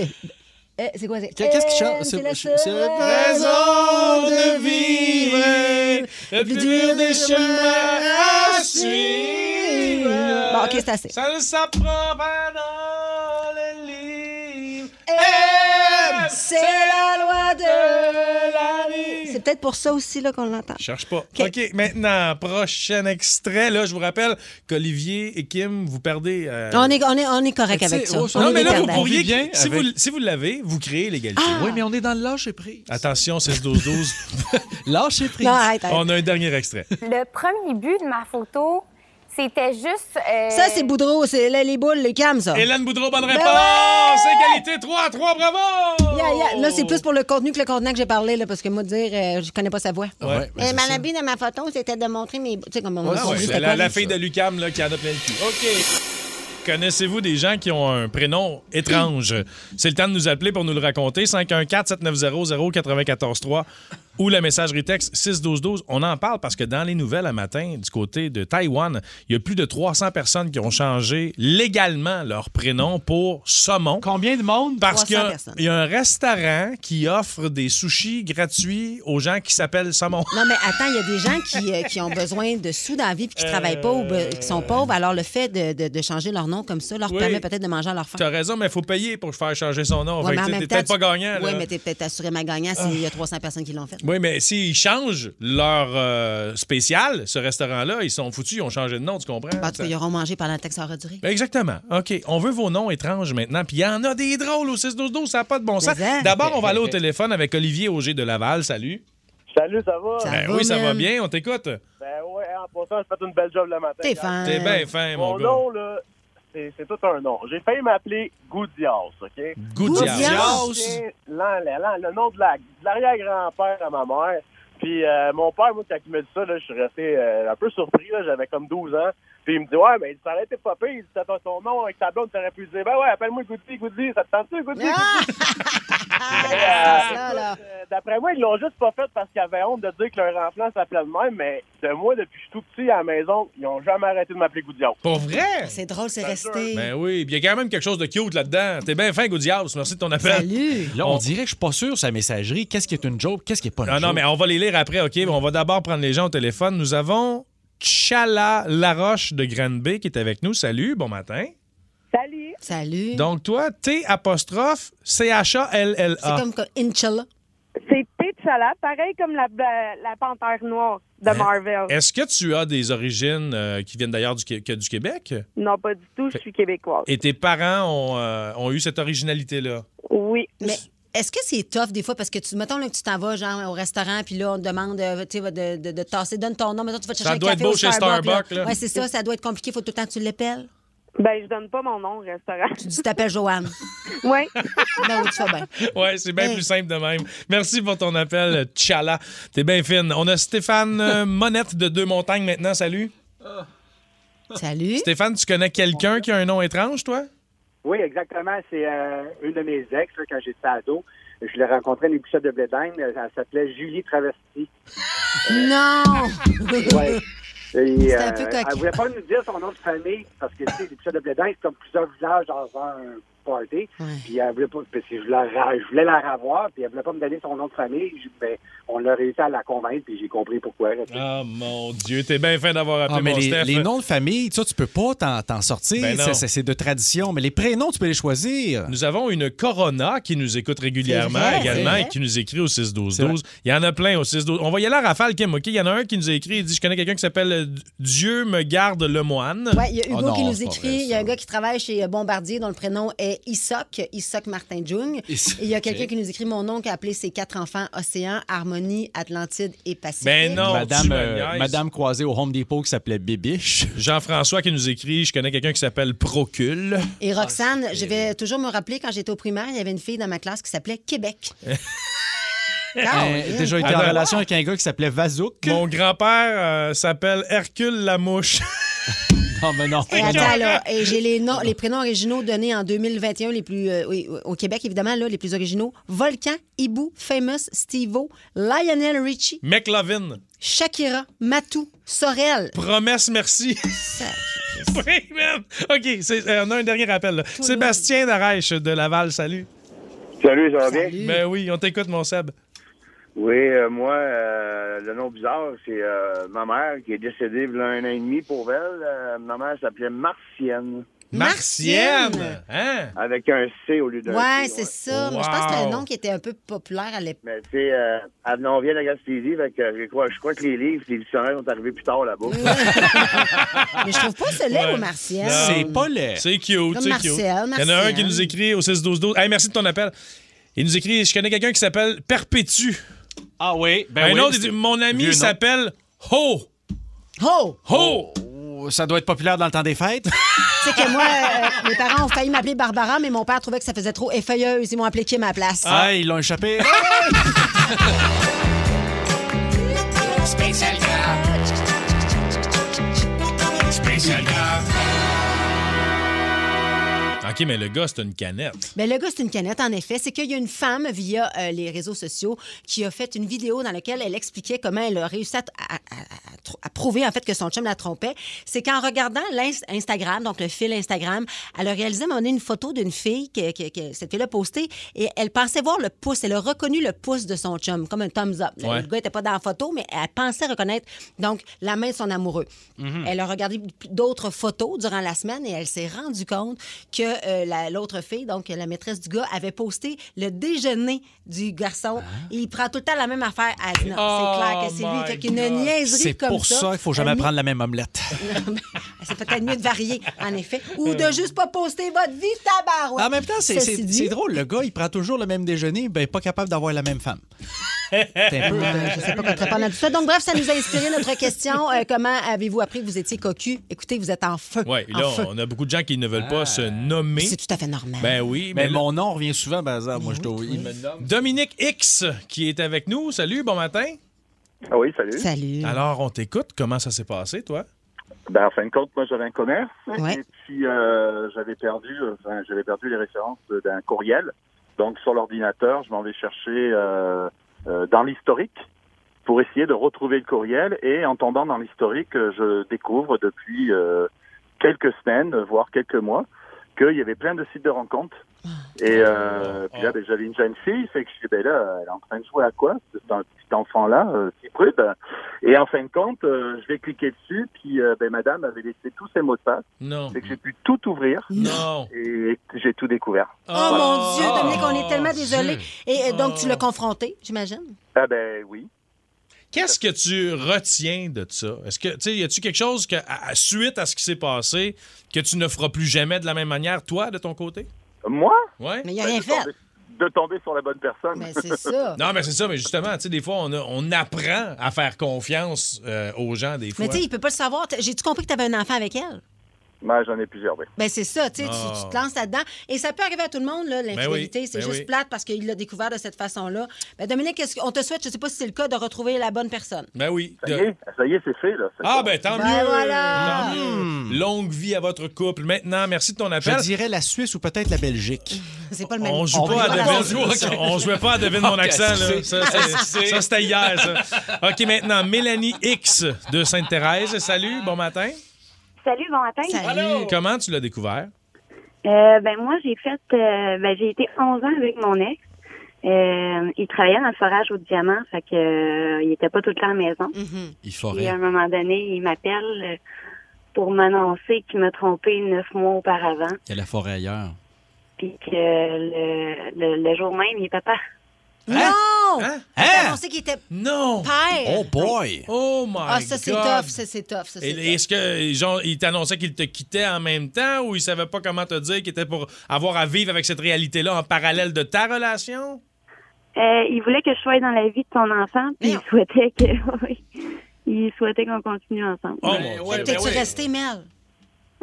S10: Eh, c'est quoi? c'est-
S4: Qu'est-ce qu'il chante?
S10: Eh,
S4: C'est-
S10: la
S4: c'est- c'est-
S10: seule
S4: raison
S3: de vivre, le plus dur des chemins à suivre.
S10: Bon, OK, c'est assez.
S3: Ça ne s'apprend pas dans les livres.
S10: Eh, C'est la loi de la vie. C'est peut-être pour ça aussi là, qu'on l'entend.
S3: Cherche pas. OK, maintenant, prochain extrait. Là, je vous rappelle qu'Olivier et Kim, vous perdez. euh,
S10: On est, on est, on est correct
S3: Tu sais,
S10: avec ça.
S3: oh,
S10: Ah, On
S3: Non,
S10: est
S3: mais là, vous
S10: perdants.
S3: pourriez.
S4: bien
S3: si,
S4: avec-
S3: vous, si vous l'avez, vous créez l'égalité.
S10: Ah!
S4: Oui, mais on est dans le lâcher pris.
S3: Attention, 16-12-12.
S4: Lâcher prise.
S21: Non, arrête, arrête.
S3: On a un dernier extrait.
S21: Le premier but de ma photo, c'était juste. euh,
S10: Ça, c'est Boudreau, c'est là, les boules, les cams, ça.
S3: Hélène Boudreau, bonne
S10: Ben
S3: réponse! Égalité 3 à 3, bravo!
S10: Yeah, yeah. Là, c'est plus pour le contenu que le contenant que j'ai parlé, là, parce que moi, dire, euh, je connais pas sa voix.
S3: Ouais, ben, c'est
S10: ma lubie dans ma photo, c'était de montrer mes. Tu sais, comme on
S3: Ouais,
S10: on-
S3: Ah ouais,
S10: c'était
S3: la, la
S10: quoi, là?
S3: fille de Lucam là, qui en a plein le cul. OK. Connaissez-vous des gens qui ont un prénom étrange? C'est le temps de nous appeler pour nous le raconter. 514-790-0943 ou la messagerie texte 61212. On en parle parce que dans les nouvelles à matin, du côté de Taïwan, il y a plus de 300 personnes qui ont changé légalement leur prénom pour saumon.
S4: Combien de monde?
S3: Parce
S4: 300
S3: qu'il y a-
S4: personnes.
S3: il y, a un restaurant qui offre des sushis gratuits aux gens qui s'appellent saumon.
S10: Non, mais attends, il y a des gens qui, euh, qui ont besoin de sous dans la vie puis qui travaillent pas ou be- qui sont pauvres. Alors, le fait de, de- de changer leur nom comme ça leur
S3: Euh. Oui.
S10: permet peut-être de manger à leur faim.
S3: T'as raison, mais il faut payer pour faire changer son nom. Fait
S10: Ouais, mais en
S3: que
S10: même
S3: t'es
S10: temps,
S3: peut-être pas
S10: tu-
S3: gagnant.
S10: Oui,
S3: là. Ah.
S10: mais t'es peut-être assurément gagnant s'il y a 300 personnes qui l'ont fait.
S3: Oui, mais s'ils changent leur euh, spécial, ce restaurant-là, ils sont foutus, ils ont changé de nom, tu comprends?
S10: Bah, En tout cas, ils auront mangé pendant le temps que ça aura duré.
S3: Ben, Exactement. OK. On veut vos noms étranges maintenant. Puis il y en a des drôles au 6-12-12, ça n'a pas de bon sens.
S10: Mais, hein?
S3: D'abord, on va aller au téléphone avec Olivier Auger de Laval. Salut.
S22: Salut, ça va?
S3: Ben oui, ça va bien, on t'écoute.
S22: Ben ouais, en passant, j'ai fait une belle job le matin.
S3: T'es fin. T'es bien fin, mon gars.
S22: nom, là, c'est c'est tout un nom. J'ai failli m'appeler Goudias, OK?
S3: Goudias. Goudias.
S22: C'est l'an- l'an- Le nom de la- de l'arrière-grand-père à ma mère. Puis euh, mon père, moi, quand il m'a dit ça, là, je suis resté euh, un peu surpris. là. J'avais comme 12 ans. Puis il me dit, ouais, mais ça aurait été pas pire. Il dit, ça ton nom avec ta blonde, t'aurais pu dire, ben ouais, appelle-moi Goody, Goody, ça te tente-tu, Goody?
S10: Ah,
S22: Mais,
S3: Ah,
S22: euh, écoute, euh, D'après moi, ils l'ont juste pas fait parce qu'ils avaient honte de dire que leur enfant s'appelait de même, mais de moi, depuis que je suis tout petit à la maison, ils ont jamais arrêté de m'appeler Goudias.
S3: Pour vrai?
S10: C'est drôle, c'est resté.
S3: Ben oui, puis il y a quand même quelque chose de cute là-dedans. T'es bien fin, Goudias. Merci de ton appel.
S10: Salut.
S4: Ben, Là, on dirait que je suis pas sûr sa messagerie. Qu'est-ce qui est une joke? Qu'est-ce qui est pas une
S3: Non,
S4: joke?
S3: Ah non, mais on va les lire après, OK? Mais On va d'abord prendre les gens au téléphone. Nous avons Chala Laroche de Granby qui est avec nous. Salut, bon matin.
S10: Salut. Salut.
S3: Donc, toi, T apostrophe C-H-A-L-L-A.
S10: C'est comme que- Inch'Allah.
S15: C'est T'Challa, pareil comme la, la, la panthère noire de
S3: Hein?
S15: Marvel.
S3: Est-ce que tu as des origines euh, qui viennent d'ailleurs du, Qué- que du Québec?
S15: Non, pas du tout, je suis québécoise.
S3: Et tes parents ont, euh, ont eu cette originalité-là?
S15: Oui.
S10: Mais est-ce que c'est tough des fois parce que tu mettons là, que tu t'en vas genre au restaurant puis là on te demande euh, tu sais, de, de, de tasser donne ton nom mettons tu vas te chercher
S3: Ça
S10: un
S3: doit
S10: café
S3: être beau
S10: au
S3: chez Starbucks, là.
S10: Ouais, c'est ça, ça doit être compliqué, faut tout le temps que tu l'appelles.
S15: Ben je donne pas mon nom au restaurant.
S10: Tu t'appelles Joanne.
S15: oui.
S10: Ben oui, tu fais bien.
S3: Ouais, c'est bien
S10: Hey.
S3: plus simple de même. Merci pour ton appel, Tchala. T'es bien fine. On a Stéphane euh, Monette de Deux Montagnes maintenant. Salut.
S10: Salut.
S3: Stéphane, tu connais quelqu'un qui a un nom étrange, toi?
S6: Oui, exactement. C'est euh, une de mes ex, là, quand j'étais ado. Je l'ai rencontrée à une épicerie de Blédane. Elle s'appelait Julie Travesti.
S10: Non!
S6: Ouais. Et, euh,
S10: C'est un peu coquin.
S6: elle voulait pas nous dire son nom de famille parce que, tu sais, l'épicerie de Blédane, c'est comme plusieurs villages dans un party. Puis elle voulait pas, parce que je, la, ra- je voulais la revoir, puis elle voulait pas me donner son nom de famille. Je- ben, on l'a réussi à la convaincre, puis j'ai compris pourquoi. là, tu sais.
S3: Ah, mon Dieu, t'es bien fin d'avoir appelé
S4: Ah, mais
S3: mon
S4: les,
S3: Steph.
S4: les noms de famille, ça, tu peux pas t'en, t'en sortir.
S3: Ben non.
S4: Ça, ça, c'est de tradition. Mais les prénoms, tu peux les choisir.
S3: Nous avons une Corona qui nous écoute régulièrement
S4: C'est vrai,
S3: également
S4: c'est
S3: et
S4: vrai.
S3: qui nous écrit au 6-12-12. Il y en a plein au 6-12. On va y aller à rafale, Kim, OK? Il y en a un qui nous a écrit. Il dit Je connais quelqu'un qui s'appelle euh, Dieu me garde le moine.
S10: Ouais, il y a Hugo
S3: Oh non,
S10: qui nous
S3: c'est pas vrai.
S10: écrit, il y a un gars qui travaille chez euh, Bombardier dont le prénom est Issoc, Issoc Martin Jung. Et
S3: Issoc,
S10: il y a quelqu'un
S3: ok.
S10: qui nous écrit mon oncle a appelé ses quatre enfants Océan, Harmonie, Atlantide et Pacifique.
S3: Ben
S4: Madame,
S3: me
S4: euh,
S3: niaises.
S4: Madame croisée au Home Depot qui s'appelait Bibiche.
S3: Jean-François qui nous écrit Je connais quelqu'un qui s'appelle Procule.
S10: Et Roxane, je vais toujours me rappeler quand j'étais au primaire, il y avait une fille dans ma classe qui s'appelait Québec. Ah
S3: Eh,
S4: Euh, déjà été en
S3: Adam.
S4: relation avec un gars qui s'appelait Vazouk.
S3: Mon grand-père euh, s'appelle Hercule la mouche.
S4: non, mais non.
S10: Et attends, là, et j'ai les, noms, les prénoms originaux donnés en 2021, les plus, euh, oui, au Québec, évidemment, là, les plus originaux. Volcan, Hibou, Famous, Steve-O, Lionel Richie,
S3: McLovin.
S10: Shakira, Matou, Sorel.
S3: Promesse, merci. Oui, man. OK, c'est- euh, on a un dernier rappel. là. Sébastien Darèche de Laval, salut.
S23: Salut, ça va bien? Salut.
S3: Ben oui, on t'écoute, mon Seb.
S23: Oui, euh, moi, euh, le nom bizarre, c'est euh, ma mère qui est décédée il y a un an et demi pour elle. Euh, ma mère s'appelait Martienne.
S3: Martienne! Hein?
S23: Avec un C au lieu d'un
S10: Ouais,
S23: C,
S10: c'est ça. Mais je pense que c'était un nom qui était un peu populaire à l'époque.
S23: Mais tu sais, euh, elle venait- on vient de la Gaspésie, fait que je crois, je crois que les livres, les dictionnaires sont arrivés plus tard là-bas.
S10: Mais je trouve pas ce lait
S23: Ouais.
S10: au Martienne.
S3: Non.
S4: laid.
S3: C'est cute,
S10: Comme
S3: c'est
S10: Marcel,
S3: cute. Il y en a un
S10: Marcel.
S3: qui nous écrit au 6-12-12. Hey, merci de ton appel. Il nous écrit Je connais quelqu'un qui s'appelle Perpétue.
S4: Ah oui, ben
S3: un
S4: oui,
S3: autre, il
S4: c'est-
S3: dit, Mon
S4: vieux
S3: ami
S4: nom.
S3: s'appelle Ho.
S10: Ho!
S3: Ho!
S4: Ça doit être populaire dans le temps des fêtes.
S10: Tu sais que moi, euh, mes parents ont failli m'appeler Barbara, mais mon père trouvait que ça faisait trop effeuilleuse. Ils m'ont appelé Kim à la place.
S4: Ah, ils l'ont échappé.
S3: OK, mais le gars, c'est une canette.
S10: Ben, le gars, c'est une canette, en effet. C'est qu'il y a une femme, via euh, les réseaux sociaux, qui a fait une vidéo dans laquelle elle expliquait comment elle a réussi à, à- à- à tr- à prouver, en fait, que son chum la trompait. C'est qu'en regardant l'Inst- Instagram, donc le fil Instagram, elle a réalisé, à un moment donné, une photo d'une fille que, que, que cette fille-là postait et elle pensait voir le pouce. Elle a reconnu le pouce de son chum, comme un thumbs up. Le-
S24: Ouais.
S10: Le gars n'était pas dans la photo, mais elle pensait reconnaître, donc, la main de son amoureux.
S24: Mhm.
S10: Elle a regardé d'autres photos durant la semaine et elle s'est rendue compte que euh, la- l'autre fille, donc la maîtresse du gars, avait posté le déjeuner du garçon. Et il prend tout le temps la même affaire. Elle dit non,
S4: Hein? Oh
S10: c'est clair que c'est lui.
S4: my
S10: Fait qu'une
S4: God. C'est
S10: niaiserie comme
S4: pour
S10: ça.
S4: ça, qu'il faut jamais prendre la même omelette.
S10: C'est peut-être mieux de varier, en effet.
S4: Eh
S10: Ou de juste pas poster votre vie, tabarouette.
S4: En même temps, c'est,
S10: Ceci
S4: c'est-
S10: dit-
S4: c'est drôle. Le gars, il prend toujours le même déjeuner, ben pas capable d'avoir la même femme. C'est un peu-
S10: Ouais, Euh, je sais pas quoi te répondre à tout ça. Donc, bref, ça nous a inspiré notre question. euh, comment avez-vous appris que vous étiez cocu? Écoutez, vous êtes en feu.
S3: Oui,
S10: en
S3: là,
S10: feu.
S3: on a beaucoup de gens qui ne veulent pas se nommer.
S10: C'est tout à fait normal.
S3: Ben oui,
S4: Mais
S3: mais
S4: mon nom revient souvent, ben, hasard, moi, je dois- il me
S3: là- Dominique X qui est avec nous. Salut, bon matin.
S23: Ah oui, salut.
S10: Salut.
S3: Alors, on t'écoute. Comment ça s'est passé, toi?
S2: Ben, en fin de compte, moi, j'avais un commerce.
S3: ah.
S10: Ouais.
S2: Et puis, euh, j'avais perdu, euh, enfin, j'avais perdu les références de- d'un courriel. Donc, sur l'ordinateur, je m'en vais chercher euh, euh, dans l'historique pour essayer de retrouver le courriel. Et en tombant dans l'historique, euh, je découvre depuis euh, quelques semaines, voire quelques mois, qu'il y avait plein de sites de rencontres. Et euh, puis là, ben, j'avais une jeune fille, fait que je dis, ben là, elle est en train de jouer à quoi, ce petit enfant-là, euh, si prude? Et en fin de compte, euh, je vais cliquer dessus, puis euh, ben, madame avait laissé tous ses mots de passe.
S3: Non.
S2: Fait que j'ai pu tout ouvrir.
S3: Non.
S2: Et j'ai tout découvert.
S10: Oh, mon Dieu, Dominique,
S3: Ah,
S10: on est tellement désolé. Et euh, donc, tu l'as confronté, j'imagine?
S2: Ah ben oui.
S3: Qu'est-ce que tu retiens de ça? Est-ce que, tu sais, y a-tu quelque chose que, à- à- suite à ce qui s'est passé, que tu ne feras plus jamais de la même manière, toi, de ton côté?
S2: Moi?
S3: Ouais.
S2: Mais il a rien fait. De tomber sur la bonne personne.
S10: Mais Ben, c'est ça.
S3: Non, mais c'est ça, mais justement, tu sais, des fois, on, a- on apprend à faire confiance euh, aux gens, des fois.
S10: Mais tu sais, il peut pas le savoir. T'as- J'ai-tu compris que tu avais un enfant avec elle?
S2: Moi, j'en ai plusieurs, oui.
S10: Ben c'est ça, tu sais, tu-
S3: Ah.
S10: tu te lances là-dedans. Et ça peut arriver à tout le monde, là, l'infidélité.
S3: oui,
S10: c'est
S3: ben
S10: juste
S3: oui.
S10: plate parce qu'il l'a découvert de cette façon-là. Ben Dominique, est-ce qu'on te souhaite, je sais pas si c'est le cas, de retrouver la bonne personne.
S3: Ben oui.
S2: Ça y est, ça y est, c'est fait, là.
S3: Ah, ben tant
S10: Ben
S3: mieux.
S10: voilà.
S3: Tant mieux. Longue vie à votre couple. Maintenant, merci de ton appel.
S4: Je dirais la Suisse ou peut-être la Belgique.
S10: C'est pas le même.
S3: On joue
S4: On
S3: pas à
S4: joue pas.
S3: devine.
S4: On joue, ok.
S3: On jouait pas à devine mon
S4: Ok,
S3: accent. Là.
S4: excusez.
S3: Ça, c'est-
S4: Excusez.
S3: ça, c'était hier. Ça. OK, maintenant, Mélanie X de Sainte-Thérèse. Salut, bon matin.
S7: Salut, bon matin.
S3: Comment tu l'as découvert?
S7: Euh, ben moi, j'ai fait, euh, ben j'ai été 11 ans avec mon ex. Euh, il travaillait dans le forage au diamant, fait que euh, il était pas tout le temps à la maison.
S3: Hmm.
S4: Il
S7: Et
S4: ferait.
S7: à un moment donné, il m'appelle euh, pour m'annoncer qu'il m'a trompé neuf mois auparavant,
S4: Il y a la forêt ailleurs.
S7: puis que le, Euh, le, le jour même, il est papa.
S10: Non!
S4: Hein? Oh,
S10: Il a annoncé qu'il était
S3: non.
S10: père.
S4: boy!
S3: Oh my
S10: Ah, ça, c'est
S3: God.
S10: tough, ça, c'est tough. Ça, c'est tough.
S3: Et- Est-ce que genre, il t'annonçait qu'il te quittait en même temps ou il savait pas comment te dire qu'il était pour avoir à vivre avec cette réalité-là en parallèle de ta relation?
S7: Euh, il voulait que je sois dans la vie de son enfant, puis il souhaitait que, oui, il souhaitait qu'on continue ensemble.
S3: Oh, mon Dieu,
S10: T'es-tu
S3: ben oui.
S10: resté mêle?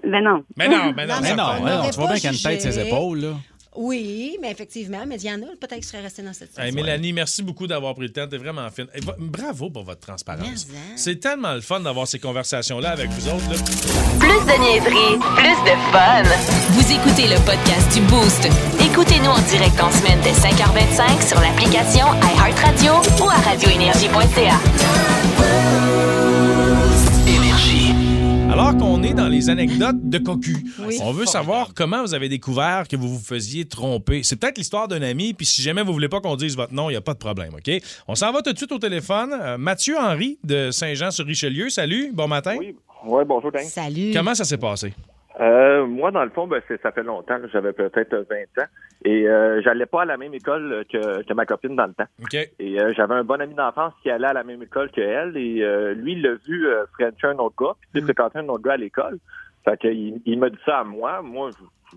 S7: Ben non.
S3: Mais non, mais non,
S4: Mais
S3: ça
S4: non,
S3: va.
S4: ouais, non,
S10: devrait
S4: tu vois
S10: pas
S4: bien qu'il y a une tête
S10: juger.
S4: ses épaules, là.
S10: Oui, mais effectivement. Mais Diana, peut-être que je serais restée dans cette
S3: Hey,
S10: situation.
S3: Mélanie, merci beaucoup d'avoir pris le temps. T'es vraiment fine. Hey, va- bravo pour votre transparence.
S10: Mais, hein.
S3: C'est tellement le fun d'avoir ces conversations-là avec vous autres. là.
S16: Plus de niaiserie, plus de fun. Vous écoutez le podcast du Boost. Écoutez-nous en direct en semaine dès 5h25 sur l'application iHeartRadio ou à radioénergie.ca.
S3: Alors qu'on est dans les anecdotes de cocu,
S16: Oui.
S3: on veut savoir comment vous avez découvert que vous vous faisiez tromper. C'est peut-être l'histoire d'un ami, puis si jamais vous voulez pas qu'on dise votre nom, il n'y a pas de problème, OK? On s'en va tout de suite au téléphone. Euh, Mathieu Henry de Saint-Jean-sur-Richelieu, salut, bon matin. Oui,
S24: ouais, bonjour, Dan.
S10: Salut.
S3: Comment ça s'est passé?
S24: Euh, moi, dans le fond, ben, c'est- ça fait longtemps. là. J'avais peut-être 20 ans. Et euh, j'allais pas à la même école euh, que, que ma copine dans le temps. Et euh, j'avais un bon ami d'enfance qui allait à la même école que elle. Et euh, lui, il l'a vu euh, frencher un autre gars, puis il fréquentait un autre gars à l'école. Fait que il, il m'a dit ça à moi. Moi,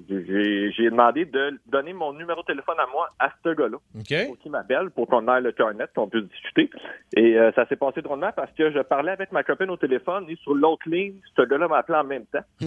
S24: j'ai- j'ai j'ai demandé de donner mon numéro de téléphone à moi, à ce gars-là.
S3: OK?
S24: pour qu'il m'appelle, pour qu'on aille le cœur net, qu'on puisse discuter. Et euh, ça s'est passé drôlement parce que je parlais avec ma copine au téléphone et sur l'autre ligne, ce gars-là m'appelait en même temps.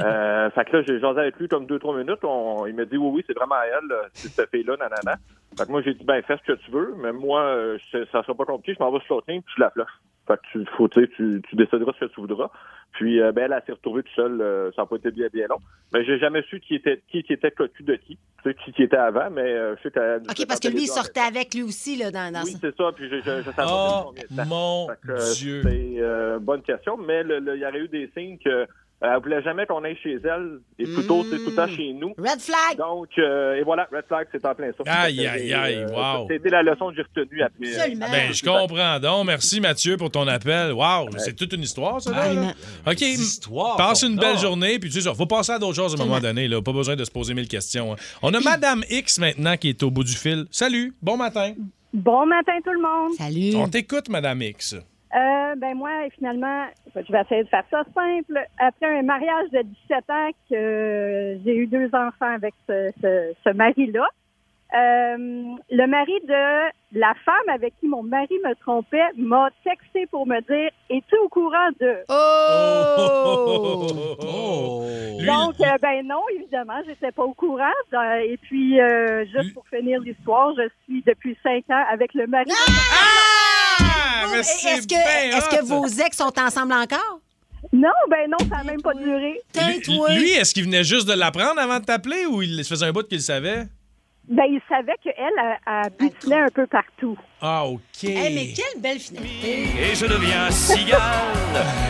S24: Euh, fait que là, j'ai jasé avec lui comme deux, trois minutes. On- il m'a dit, oui, oui, c'est vraiment à elle, euh, c'est cette fille-là, nanana. Fait que moi, j'ai dit, ben, fais ce que tu veux, mais moi, euh, c'est- ça sera pas compliqué, je m'en vais sur l'autre ligne, puis je la flush. Fait que tu, faut, tu, sais, tu, tu décideras ce que tu voudras. Puis, euh, ben, elle, elle s'est retrouvée toute seule, euh, ça n'a pas été bien, bien long. Mais j'ai jamais su qui était, qui, qui était cocu de qui, tu sais, qui, qui était avant, mais euh, je sais qu'elle nous
S10: OK, parce
S24: fréquentait
S10: que lui,
S24: les
S10: il
S24: deux en
S10: sortait avec lui aussi, là, dans, dans
S24: oui,
S10: ça.
S24: c'est ça. Puis je, je, je savais pas
S3: Oh
S24: combien de temps.
S3: mon
S24: Fait que, euh,
S3: Dieu!
S24: C'est euh, bonne question, mais le- le- il y aurait eu des signes que. euh, elle voulait jamais qu'on aille chez elle, et plutôt c'est tout le temps
S3: Hmm.
S24: chez nous.
S10: Red flag!
S24: Donc, euh, et voilà, red flag, c'est en plein ça.
S3: Aïe,
S24: Fait que,
S3: aïe, aïe,
S24: euh,
S3: wow.
S24: C'était la leçon que j'ai retenue
S9: euh,
S24: après. euh,
S10: Absolument.
S3: Ben, je comprends donc. Merci, Mathieu, pour ton appel. Wow, c'est toute une histoire, ça. là, là. OK.
S4: Oh,
S3: Passe une belle journée, puis tu sais, ça, faut passer à d'autres choses à un moment donné. Là. Pas besoin de se poser mille questions. hein. On a Madame X maintenant qui est au bout du fil. Salut, bon matin.
S7: Bon matin tout le monde.
S10: Salut.
S3: On t'écoute, Madame X.
S7: Euh, ben moi, finalement, je vais essayer de faire ça simple. Après un mariage de 17 ans, que euh, j'ai eu deux enfants avec ce, ce- ce mari-là. euh, le mari de la femme avec qui mon mari me trompait m'a texté pour me dire Es-tu au courant de
S4: Oh!
S7: Donc, euh, ben non, évidemment, j'étais pas au courant. Euh, et puis, euh,
S3: Hmm.
S7: juste pour finir l'histoire, je suis depuis cinq ans avec le mari. de-
S3: Ah, mais
S10: Est-ce
S3: c'est
S10: que,
S3: bien
S10: est-ce que
S3: hot.
S10: vos ex sont ensemble encore?
S7: Non, ben non, ça n'a même pas duré.
S10: hein,
S3: Lui, lui, est-ce qu'il venait juste de l'apprendre avant de t'appeler ou il se faisait un bout qu'il le savait?
S7: Ben, il savait qu'elle, elle, elle butinait un peu partout.
S3: Ah, OK.
S10: Eh, mais quelle belle finalité.
S1: Et je deviens cigale.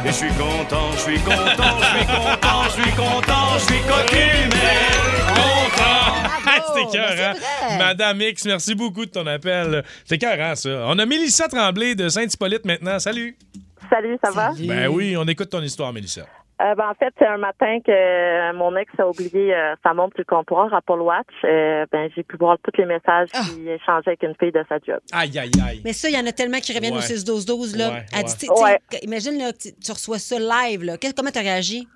S1: Et je suis content, je suis content, je suis content, je suis content, je suis cocu, mais
S3: content. C'était
S1: Ben,
S3: écœurant. Madame X, merci beaucoup de ton appel. C'est écœurant, ça. On a Mélissa Tremblay de Saint-Hippolyte maintenant. Salut.
S5: Salut, ça va?
S3: Ben oui, on écoute ton histoire, Mélissa.
S5: Euh, ben, en fait, c'est un matin que euh, mon ex a oublié euh, sa montre sur le comptoir, Apple Watch. Euh, ben, j'ai pu voir tous les messages
S11: Ah!
S5: qu'il échangeait avec une fille de sa job.
S3: Aïe, aïe, aïe.
S10: Mais ça, il y en a tellement qui reviennent
S5: Ouais.
S10: au 6-12-12. Là.
S5: Ouais, ouais.
S10: Elle dit, t'sais- t'sais,
S5: Ouais.
S10: qu- Imagine, là, que tu- tu reçois ça live. Là. Qu'est- Comment tu as réagi?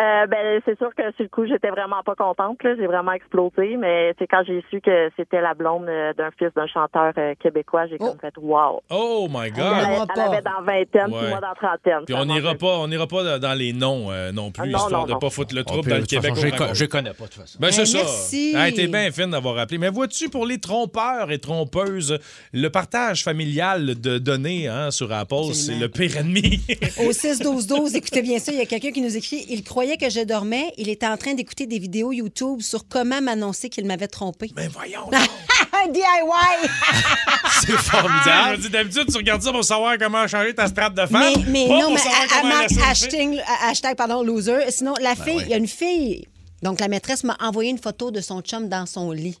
S5: Euh, ben, c'est sûr que sur le coup, j'étais vraiment pas contente. Là. J'ai vraiment explosé. Mais c'est quand j'ai su que c'était la blonde euh, d'un fils d'un chanteur euh, québécois, j'ai comme fait « wow
S3: Oh my
S5: Elle,
S3: God.
S5: avait- elle avait dans vingtaine, puis
S3: Ouais.
S5: moi dans trentaine.
S3: Puis on n'ira pas, on n'ira pas dans les noms euh, non plus,
S5: Ah, non,
S3: histoire
S5: non,
S3: de
S5: non.
S3: pas foutre le
S4: Oh,
S3: trouble
S4: puis,
S3: dans le
S4: de toute
S3: Québec.
S4: façon,
S3: au
S4: je co-
S3: raconte.
S4: je connais pas, de toute façon.
S3: Ben,
S10: Eh,
S3: c'est
S4: Hey,
S3: ça.
S4: merci.
S3: Ah, t'es bien fine d'avoir appelé. Mais vois-tu, pour les trompeurs et trompeuses, le partage familial de données hein, sur Apple, c'est le pire ennemi.
S10: Au 6-12-12, écoutez bien ça, il y a quelqu'un qui nous écrit Il croyait que je dormais, il était en train d'écouter des vidéos YouTube sur comment m'annoncer qu'il m'avait trompé. Mais
S3: voyons
S10: Un DIY
S3: c'est formidable. Je me dis, d'habitude, tu regardes ça pour savoir comment changer ta strap de femme.
S10: ah. Mais, mais
S3: pas
S10: non,
S3: pour
S10: mais
S3: savoir
S10: elle
S3: comment
S10: marque
S3: la chauffer.
S10: hashtag, euh, hashtag, pardon, loser. Sinon, la
S3: Ben
S10: fille, il y a une fille. Donc, la maîtresse m'a envoyé une photo de son chum dans son lit.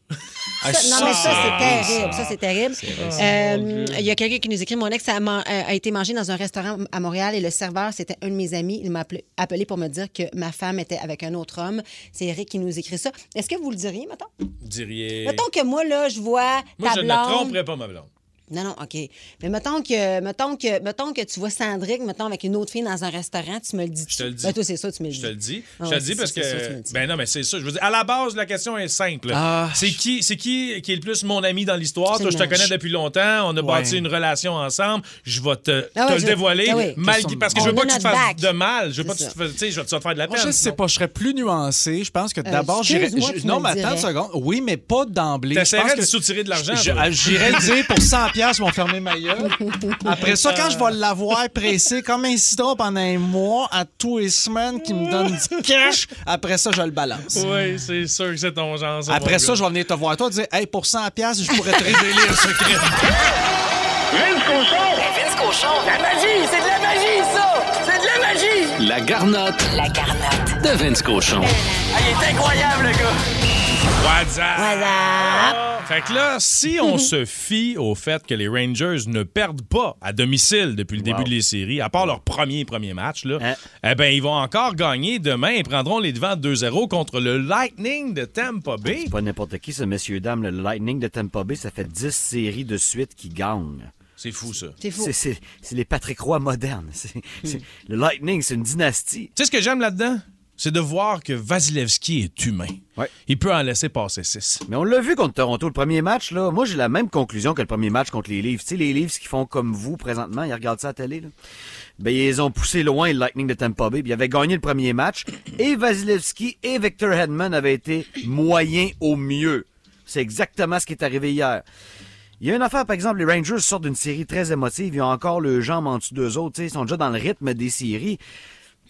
S25: Ah,
S10: Ça, non, mais ça,
S25: ça,
S10: c'est
S25: c'est
S10: terrible.
S25: ça.
S10: Ça, c'est terrible.
S25: vrai,
S10: Euh,
S25: ça. Mon Dieu.
S10: Il y a quelqu'un qui nous écrit Mon ex a, man- euh, a été mangé dans un restaurant à Montréal et le serveur, c'était un de mes amis. Il m'a appelé, appelé pour me dire que ma femme était avec un autre homme. C'est Eric qui nous écrit ça. Est-ce que vous le diriez, mettons
S3: Vous diriez-
S10: Mettons que moi, là, je vois
S3: Moi,
S10: ta
S3: je
S10: blonde-
S3: ne tromperais pas ma blonde.
S10: non, non, OK. Mais mettons que, mettons que, mettons que tu vois Sandrick, mettons, avec une autre fille dans un restaurant, tu me le dis.
S3: Je te le dis.
S10: Ben, toi, c'est ça, tu me le dis.
S3: Je te le dis.
S10: Ah
S3: je te
S10: ouais,
S3: le dis
S10: c'est
S3: parce
S10: ça,
S3: que.
S10: c'est ça, tu me le dis. Ah,
S3: ben non, mais c'est ça. Je veux dire, à la base, la question est simple. c'est qui, c'est qui qui est le plus mon ami dans l'histoire? Toi, je te
S10: Absolument.
S3: connais depuis longtemps. On a
S10: Ouais.
S3: bâti une relation ensemble. Je vais te,
S10: Ah ouais,
S3: te le
S10: je-
S3: dévoiler.
S10: ah ouais.
S3: malgré- parce que je veux
S10: On
S3: pas
S10: a
S3: que tu te
S10: notre
S3: fasses
S10: bac.
S3: de mal. Je veux pas que
S10: C'est
S3: tu te fasses, tu sais, je vais- tu vas te faire de la
S4: Moi,
S3: peine.
S4: je sais
S3: sinon.
S4: pas, je serais plus nuancé. Je pense que
S3: Euh,
S4: d'abord, j'irais.
S3: excuse-moi,
S4: je-
S3: tu
S4: Non,
S3: me
S4: mais
S3: le
S4: attends une
S3: dirais.
S4: seconde. Oui, mais pas d'emblée.
S3: T'essaierais
S4: Je pense
S3: de
S4: que-
S3: soutirer de l'argent,
S4: je-
S3: toi.
S4: euh, J'irais le dire pour 100$, piastres, ils vont fermer ma gueule. Après ça, quand je vais l'avoir pressé comme un citron pendant un mois, à tous les semaines, qui me donne du cash, après ça, je le balance.
S3: Oui, c'est sûr que c'est ton genre. ça, mon
S4: Après ça,
S3: gars.
S4: je vais venir te voir toi et dire Hey, pour 100$, piastres, je pourrais te révéler un secret.
S1: Vince Cochon!
S11: Vince Cochon! La magie! C'est de la magie, ça! C'est de la magie!
S1: La garnotte
S11: La garnotte.
S1: de Vince Cochon.
S11: il est incroyable, le gars!
S3: What's up? Fait que là, si on se fie au fait que les Rangers ne perdent pas à domicile depuis le début de les séries, à part leur premier premier match, là, eh ben, ils vont encore gagner demain. Ils prendront les devants 2-0 contre le Lightning de Tampa Bay.
S9: Pas n'importe qui, ce messieurs, dames. Le Lightning de Tampa Bay, ça fait 10 séries de suite qui gagnent.
S3: C'est fou, ça.
S9: C'est fou. C'est c'est les Patrick Roy modernes. C'est- c'est- Le Lightning, c'est une dynastie.
S3: Tu sais ce que j'aime là-dedans? C'est de voir que Vasilevski est humain. Il peut en laisser passer 6.
S9: Mais on l'a vu contre Toronto, le premier match, là. Moi, j'ai la même conclusion que le premier match contre les Leafs. Tu sais, les Leafs qui font comme vous présentement, ils regardent ça à la télé, là. Ben, ils ont poussé loin le Lightning de Tampa Bay, puis ils avaient gagné le premier match. Et Vasilevski et Victor Hedman avaient été moyens au mieux. C'est exactement ce qui est arrivé hier. Il y a une affaire, par exemple, les Rangers sortent d'une série très émotive. Ils ont encore le jambe en dessous d'eux autres. tu sais, Ils sont déjà dans le rythme des séries.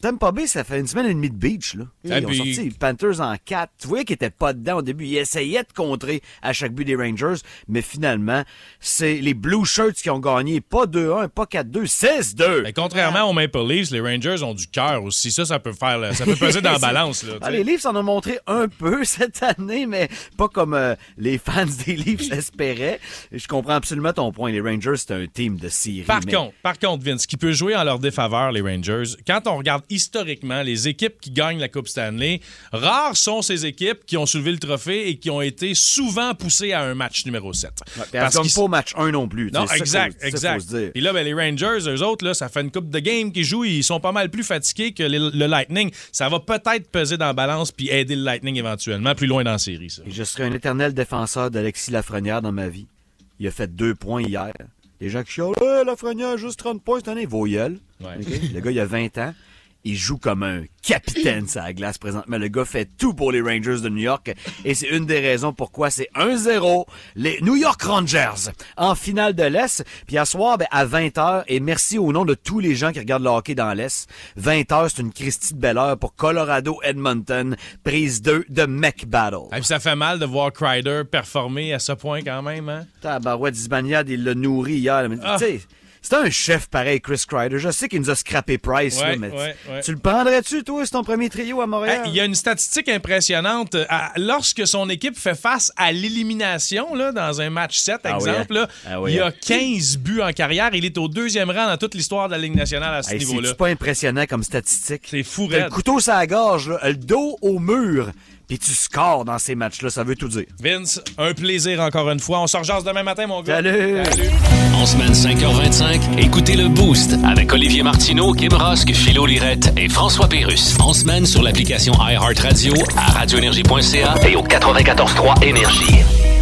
S9: Tampa Bay, ça fait une semaine et demie de beach. Là. Tu sais,
S3: Ah,
S9: ils ont
S3: puis-
S9: sorti les Panthers en 4. Tu voyais qu'ils n'étaient pas dedans au début. Ils essayaient de contrer à chaque but des Rangers. Mais finalement, c'est les Blue Shirts qui ont gagné. Pas 2-1, pas 4-2, 6-2.
S3: Mais ben, contrairement aux Maple Leafs, les Rangers ont du cœur aussi. Ça, ça peut faire, le- ça peut peser dans la balance. Là, tu
S9: Ah,
S3: sais.
S9: les Leafs en ont montré un peu cette année, mais pas comme euh, les fans des Leafs espéraient. Je comprends absolument ton point. Les Rangers, c'est un team de série.
S3: Par
S9: mais-
S3: contre, par contre, Vince, qui peut jouer en leur défaveur, les Rangers, quand on regarde historiquement les équipes qui gagnent la Coupe Stanley, rares sont ces équipes qui ont soulevé le trophée et qui ont été souvent poussées à un match numéro 7.
S9: Ouais, puis elles gagnent pas au match 1 non plus. tu
S3: Non,
S9: sais, ça,
S3: exact,
S9: faut- ça,
S3: exact.
S9: faut se dire.
S3: Puis là, ben, les Rangers, eux autres, là, ça fait une coupe de game qu'ils jouent. Ils sont pas mal plus fatigués que les- le Lightning. Ça va peut-être peser dans la balance puis aider le Lightning éventuellement plus loin dans la série. ça.
S9: Et Je serai un éternel défenseur d'Alexis Lafrenière dans ma vie. Il a fait deux points hier. Les gens qui chialent, Eh, Lafrenière a juste 30 points cette année. Voyelle.
S3: Ouais.
S9: Le gars, il a 20 ans. Il joue comme un capitaine ça la glace présentement. Le gars fait tout pour les Rangers de New York et c'est une des raisons pourquoi c'est 1-0 les New York Rangers en finale de l'Est. Puis à soir ben, à 20h et merci au nom de tous les gens qui regardent le hockey dans l'Est. 20h c'est une Christie de belle heure pour Colorado Edmonton prise 2 de McBattle.
S3: Et Ah, puis ça fait mal de voir Crider performer à ce point quand même. Hein?
S9: Tabarouette Zbaniad, il l'a nourri hier. Mais,
S3: Ah.
S9: tu sais, C'est un chef pareil, Chris Kreider. Je sais qu'il nous a scrappé Price, là,
S3: Ouais,
S9: mais
S3: ouais, ouais.
S9: tu le prendrais-tu, toi, c'est ton premier trio à
S3: Hey,
S9: Montréal?
S3: Il y a une statistique impressionnante. Euh, à- Lorsque son équipe fait face à l'élimination là, dans un match 7,
S9: Ah oui,
S3: exemple,
S9: hein?
S3: là,
S9: Ah oui,
S3: il
S9: hein?
S3: a 15 buts en carrière. Il est au deuxième rang dans toute l'histoire de la Ligue nationale à ce
S9: Hey,
S3: niveau-là.
S9: c'est-tu pas impressionnant comme statistique? C'est
S3: fou,
S9: T'as le
S3: raide.
S9: couteau sur la gorge, là, le dos au mur, puis tu scores dans ces matchs-là, ça veut tout dire.
S3: Vince, un plaisir encore une fois. On se rejase demain matin, mon gars.
S9: Salut!
S1: En semaine 5h25, écoutez le Boost avec Olivier Martineau, Kim Rosk, Philo Lirette et François Pérus. En semaine sur l'application iHeartRadio à radioénergie.ca et au 94.3 Énergie.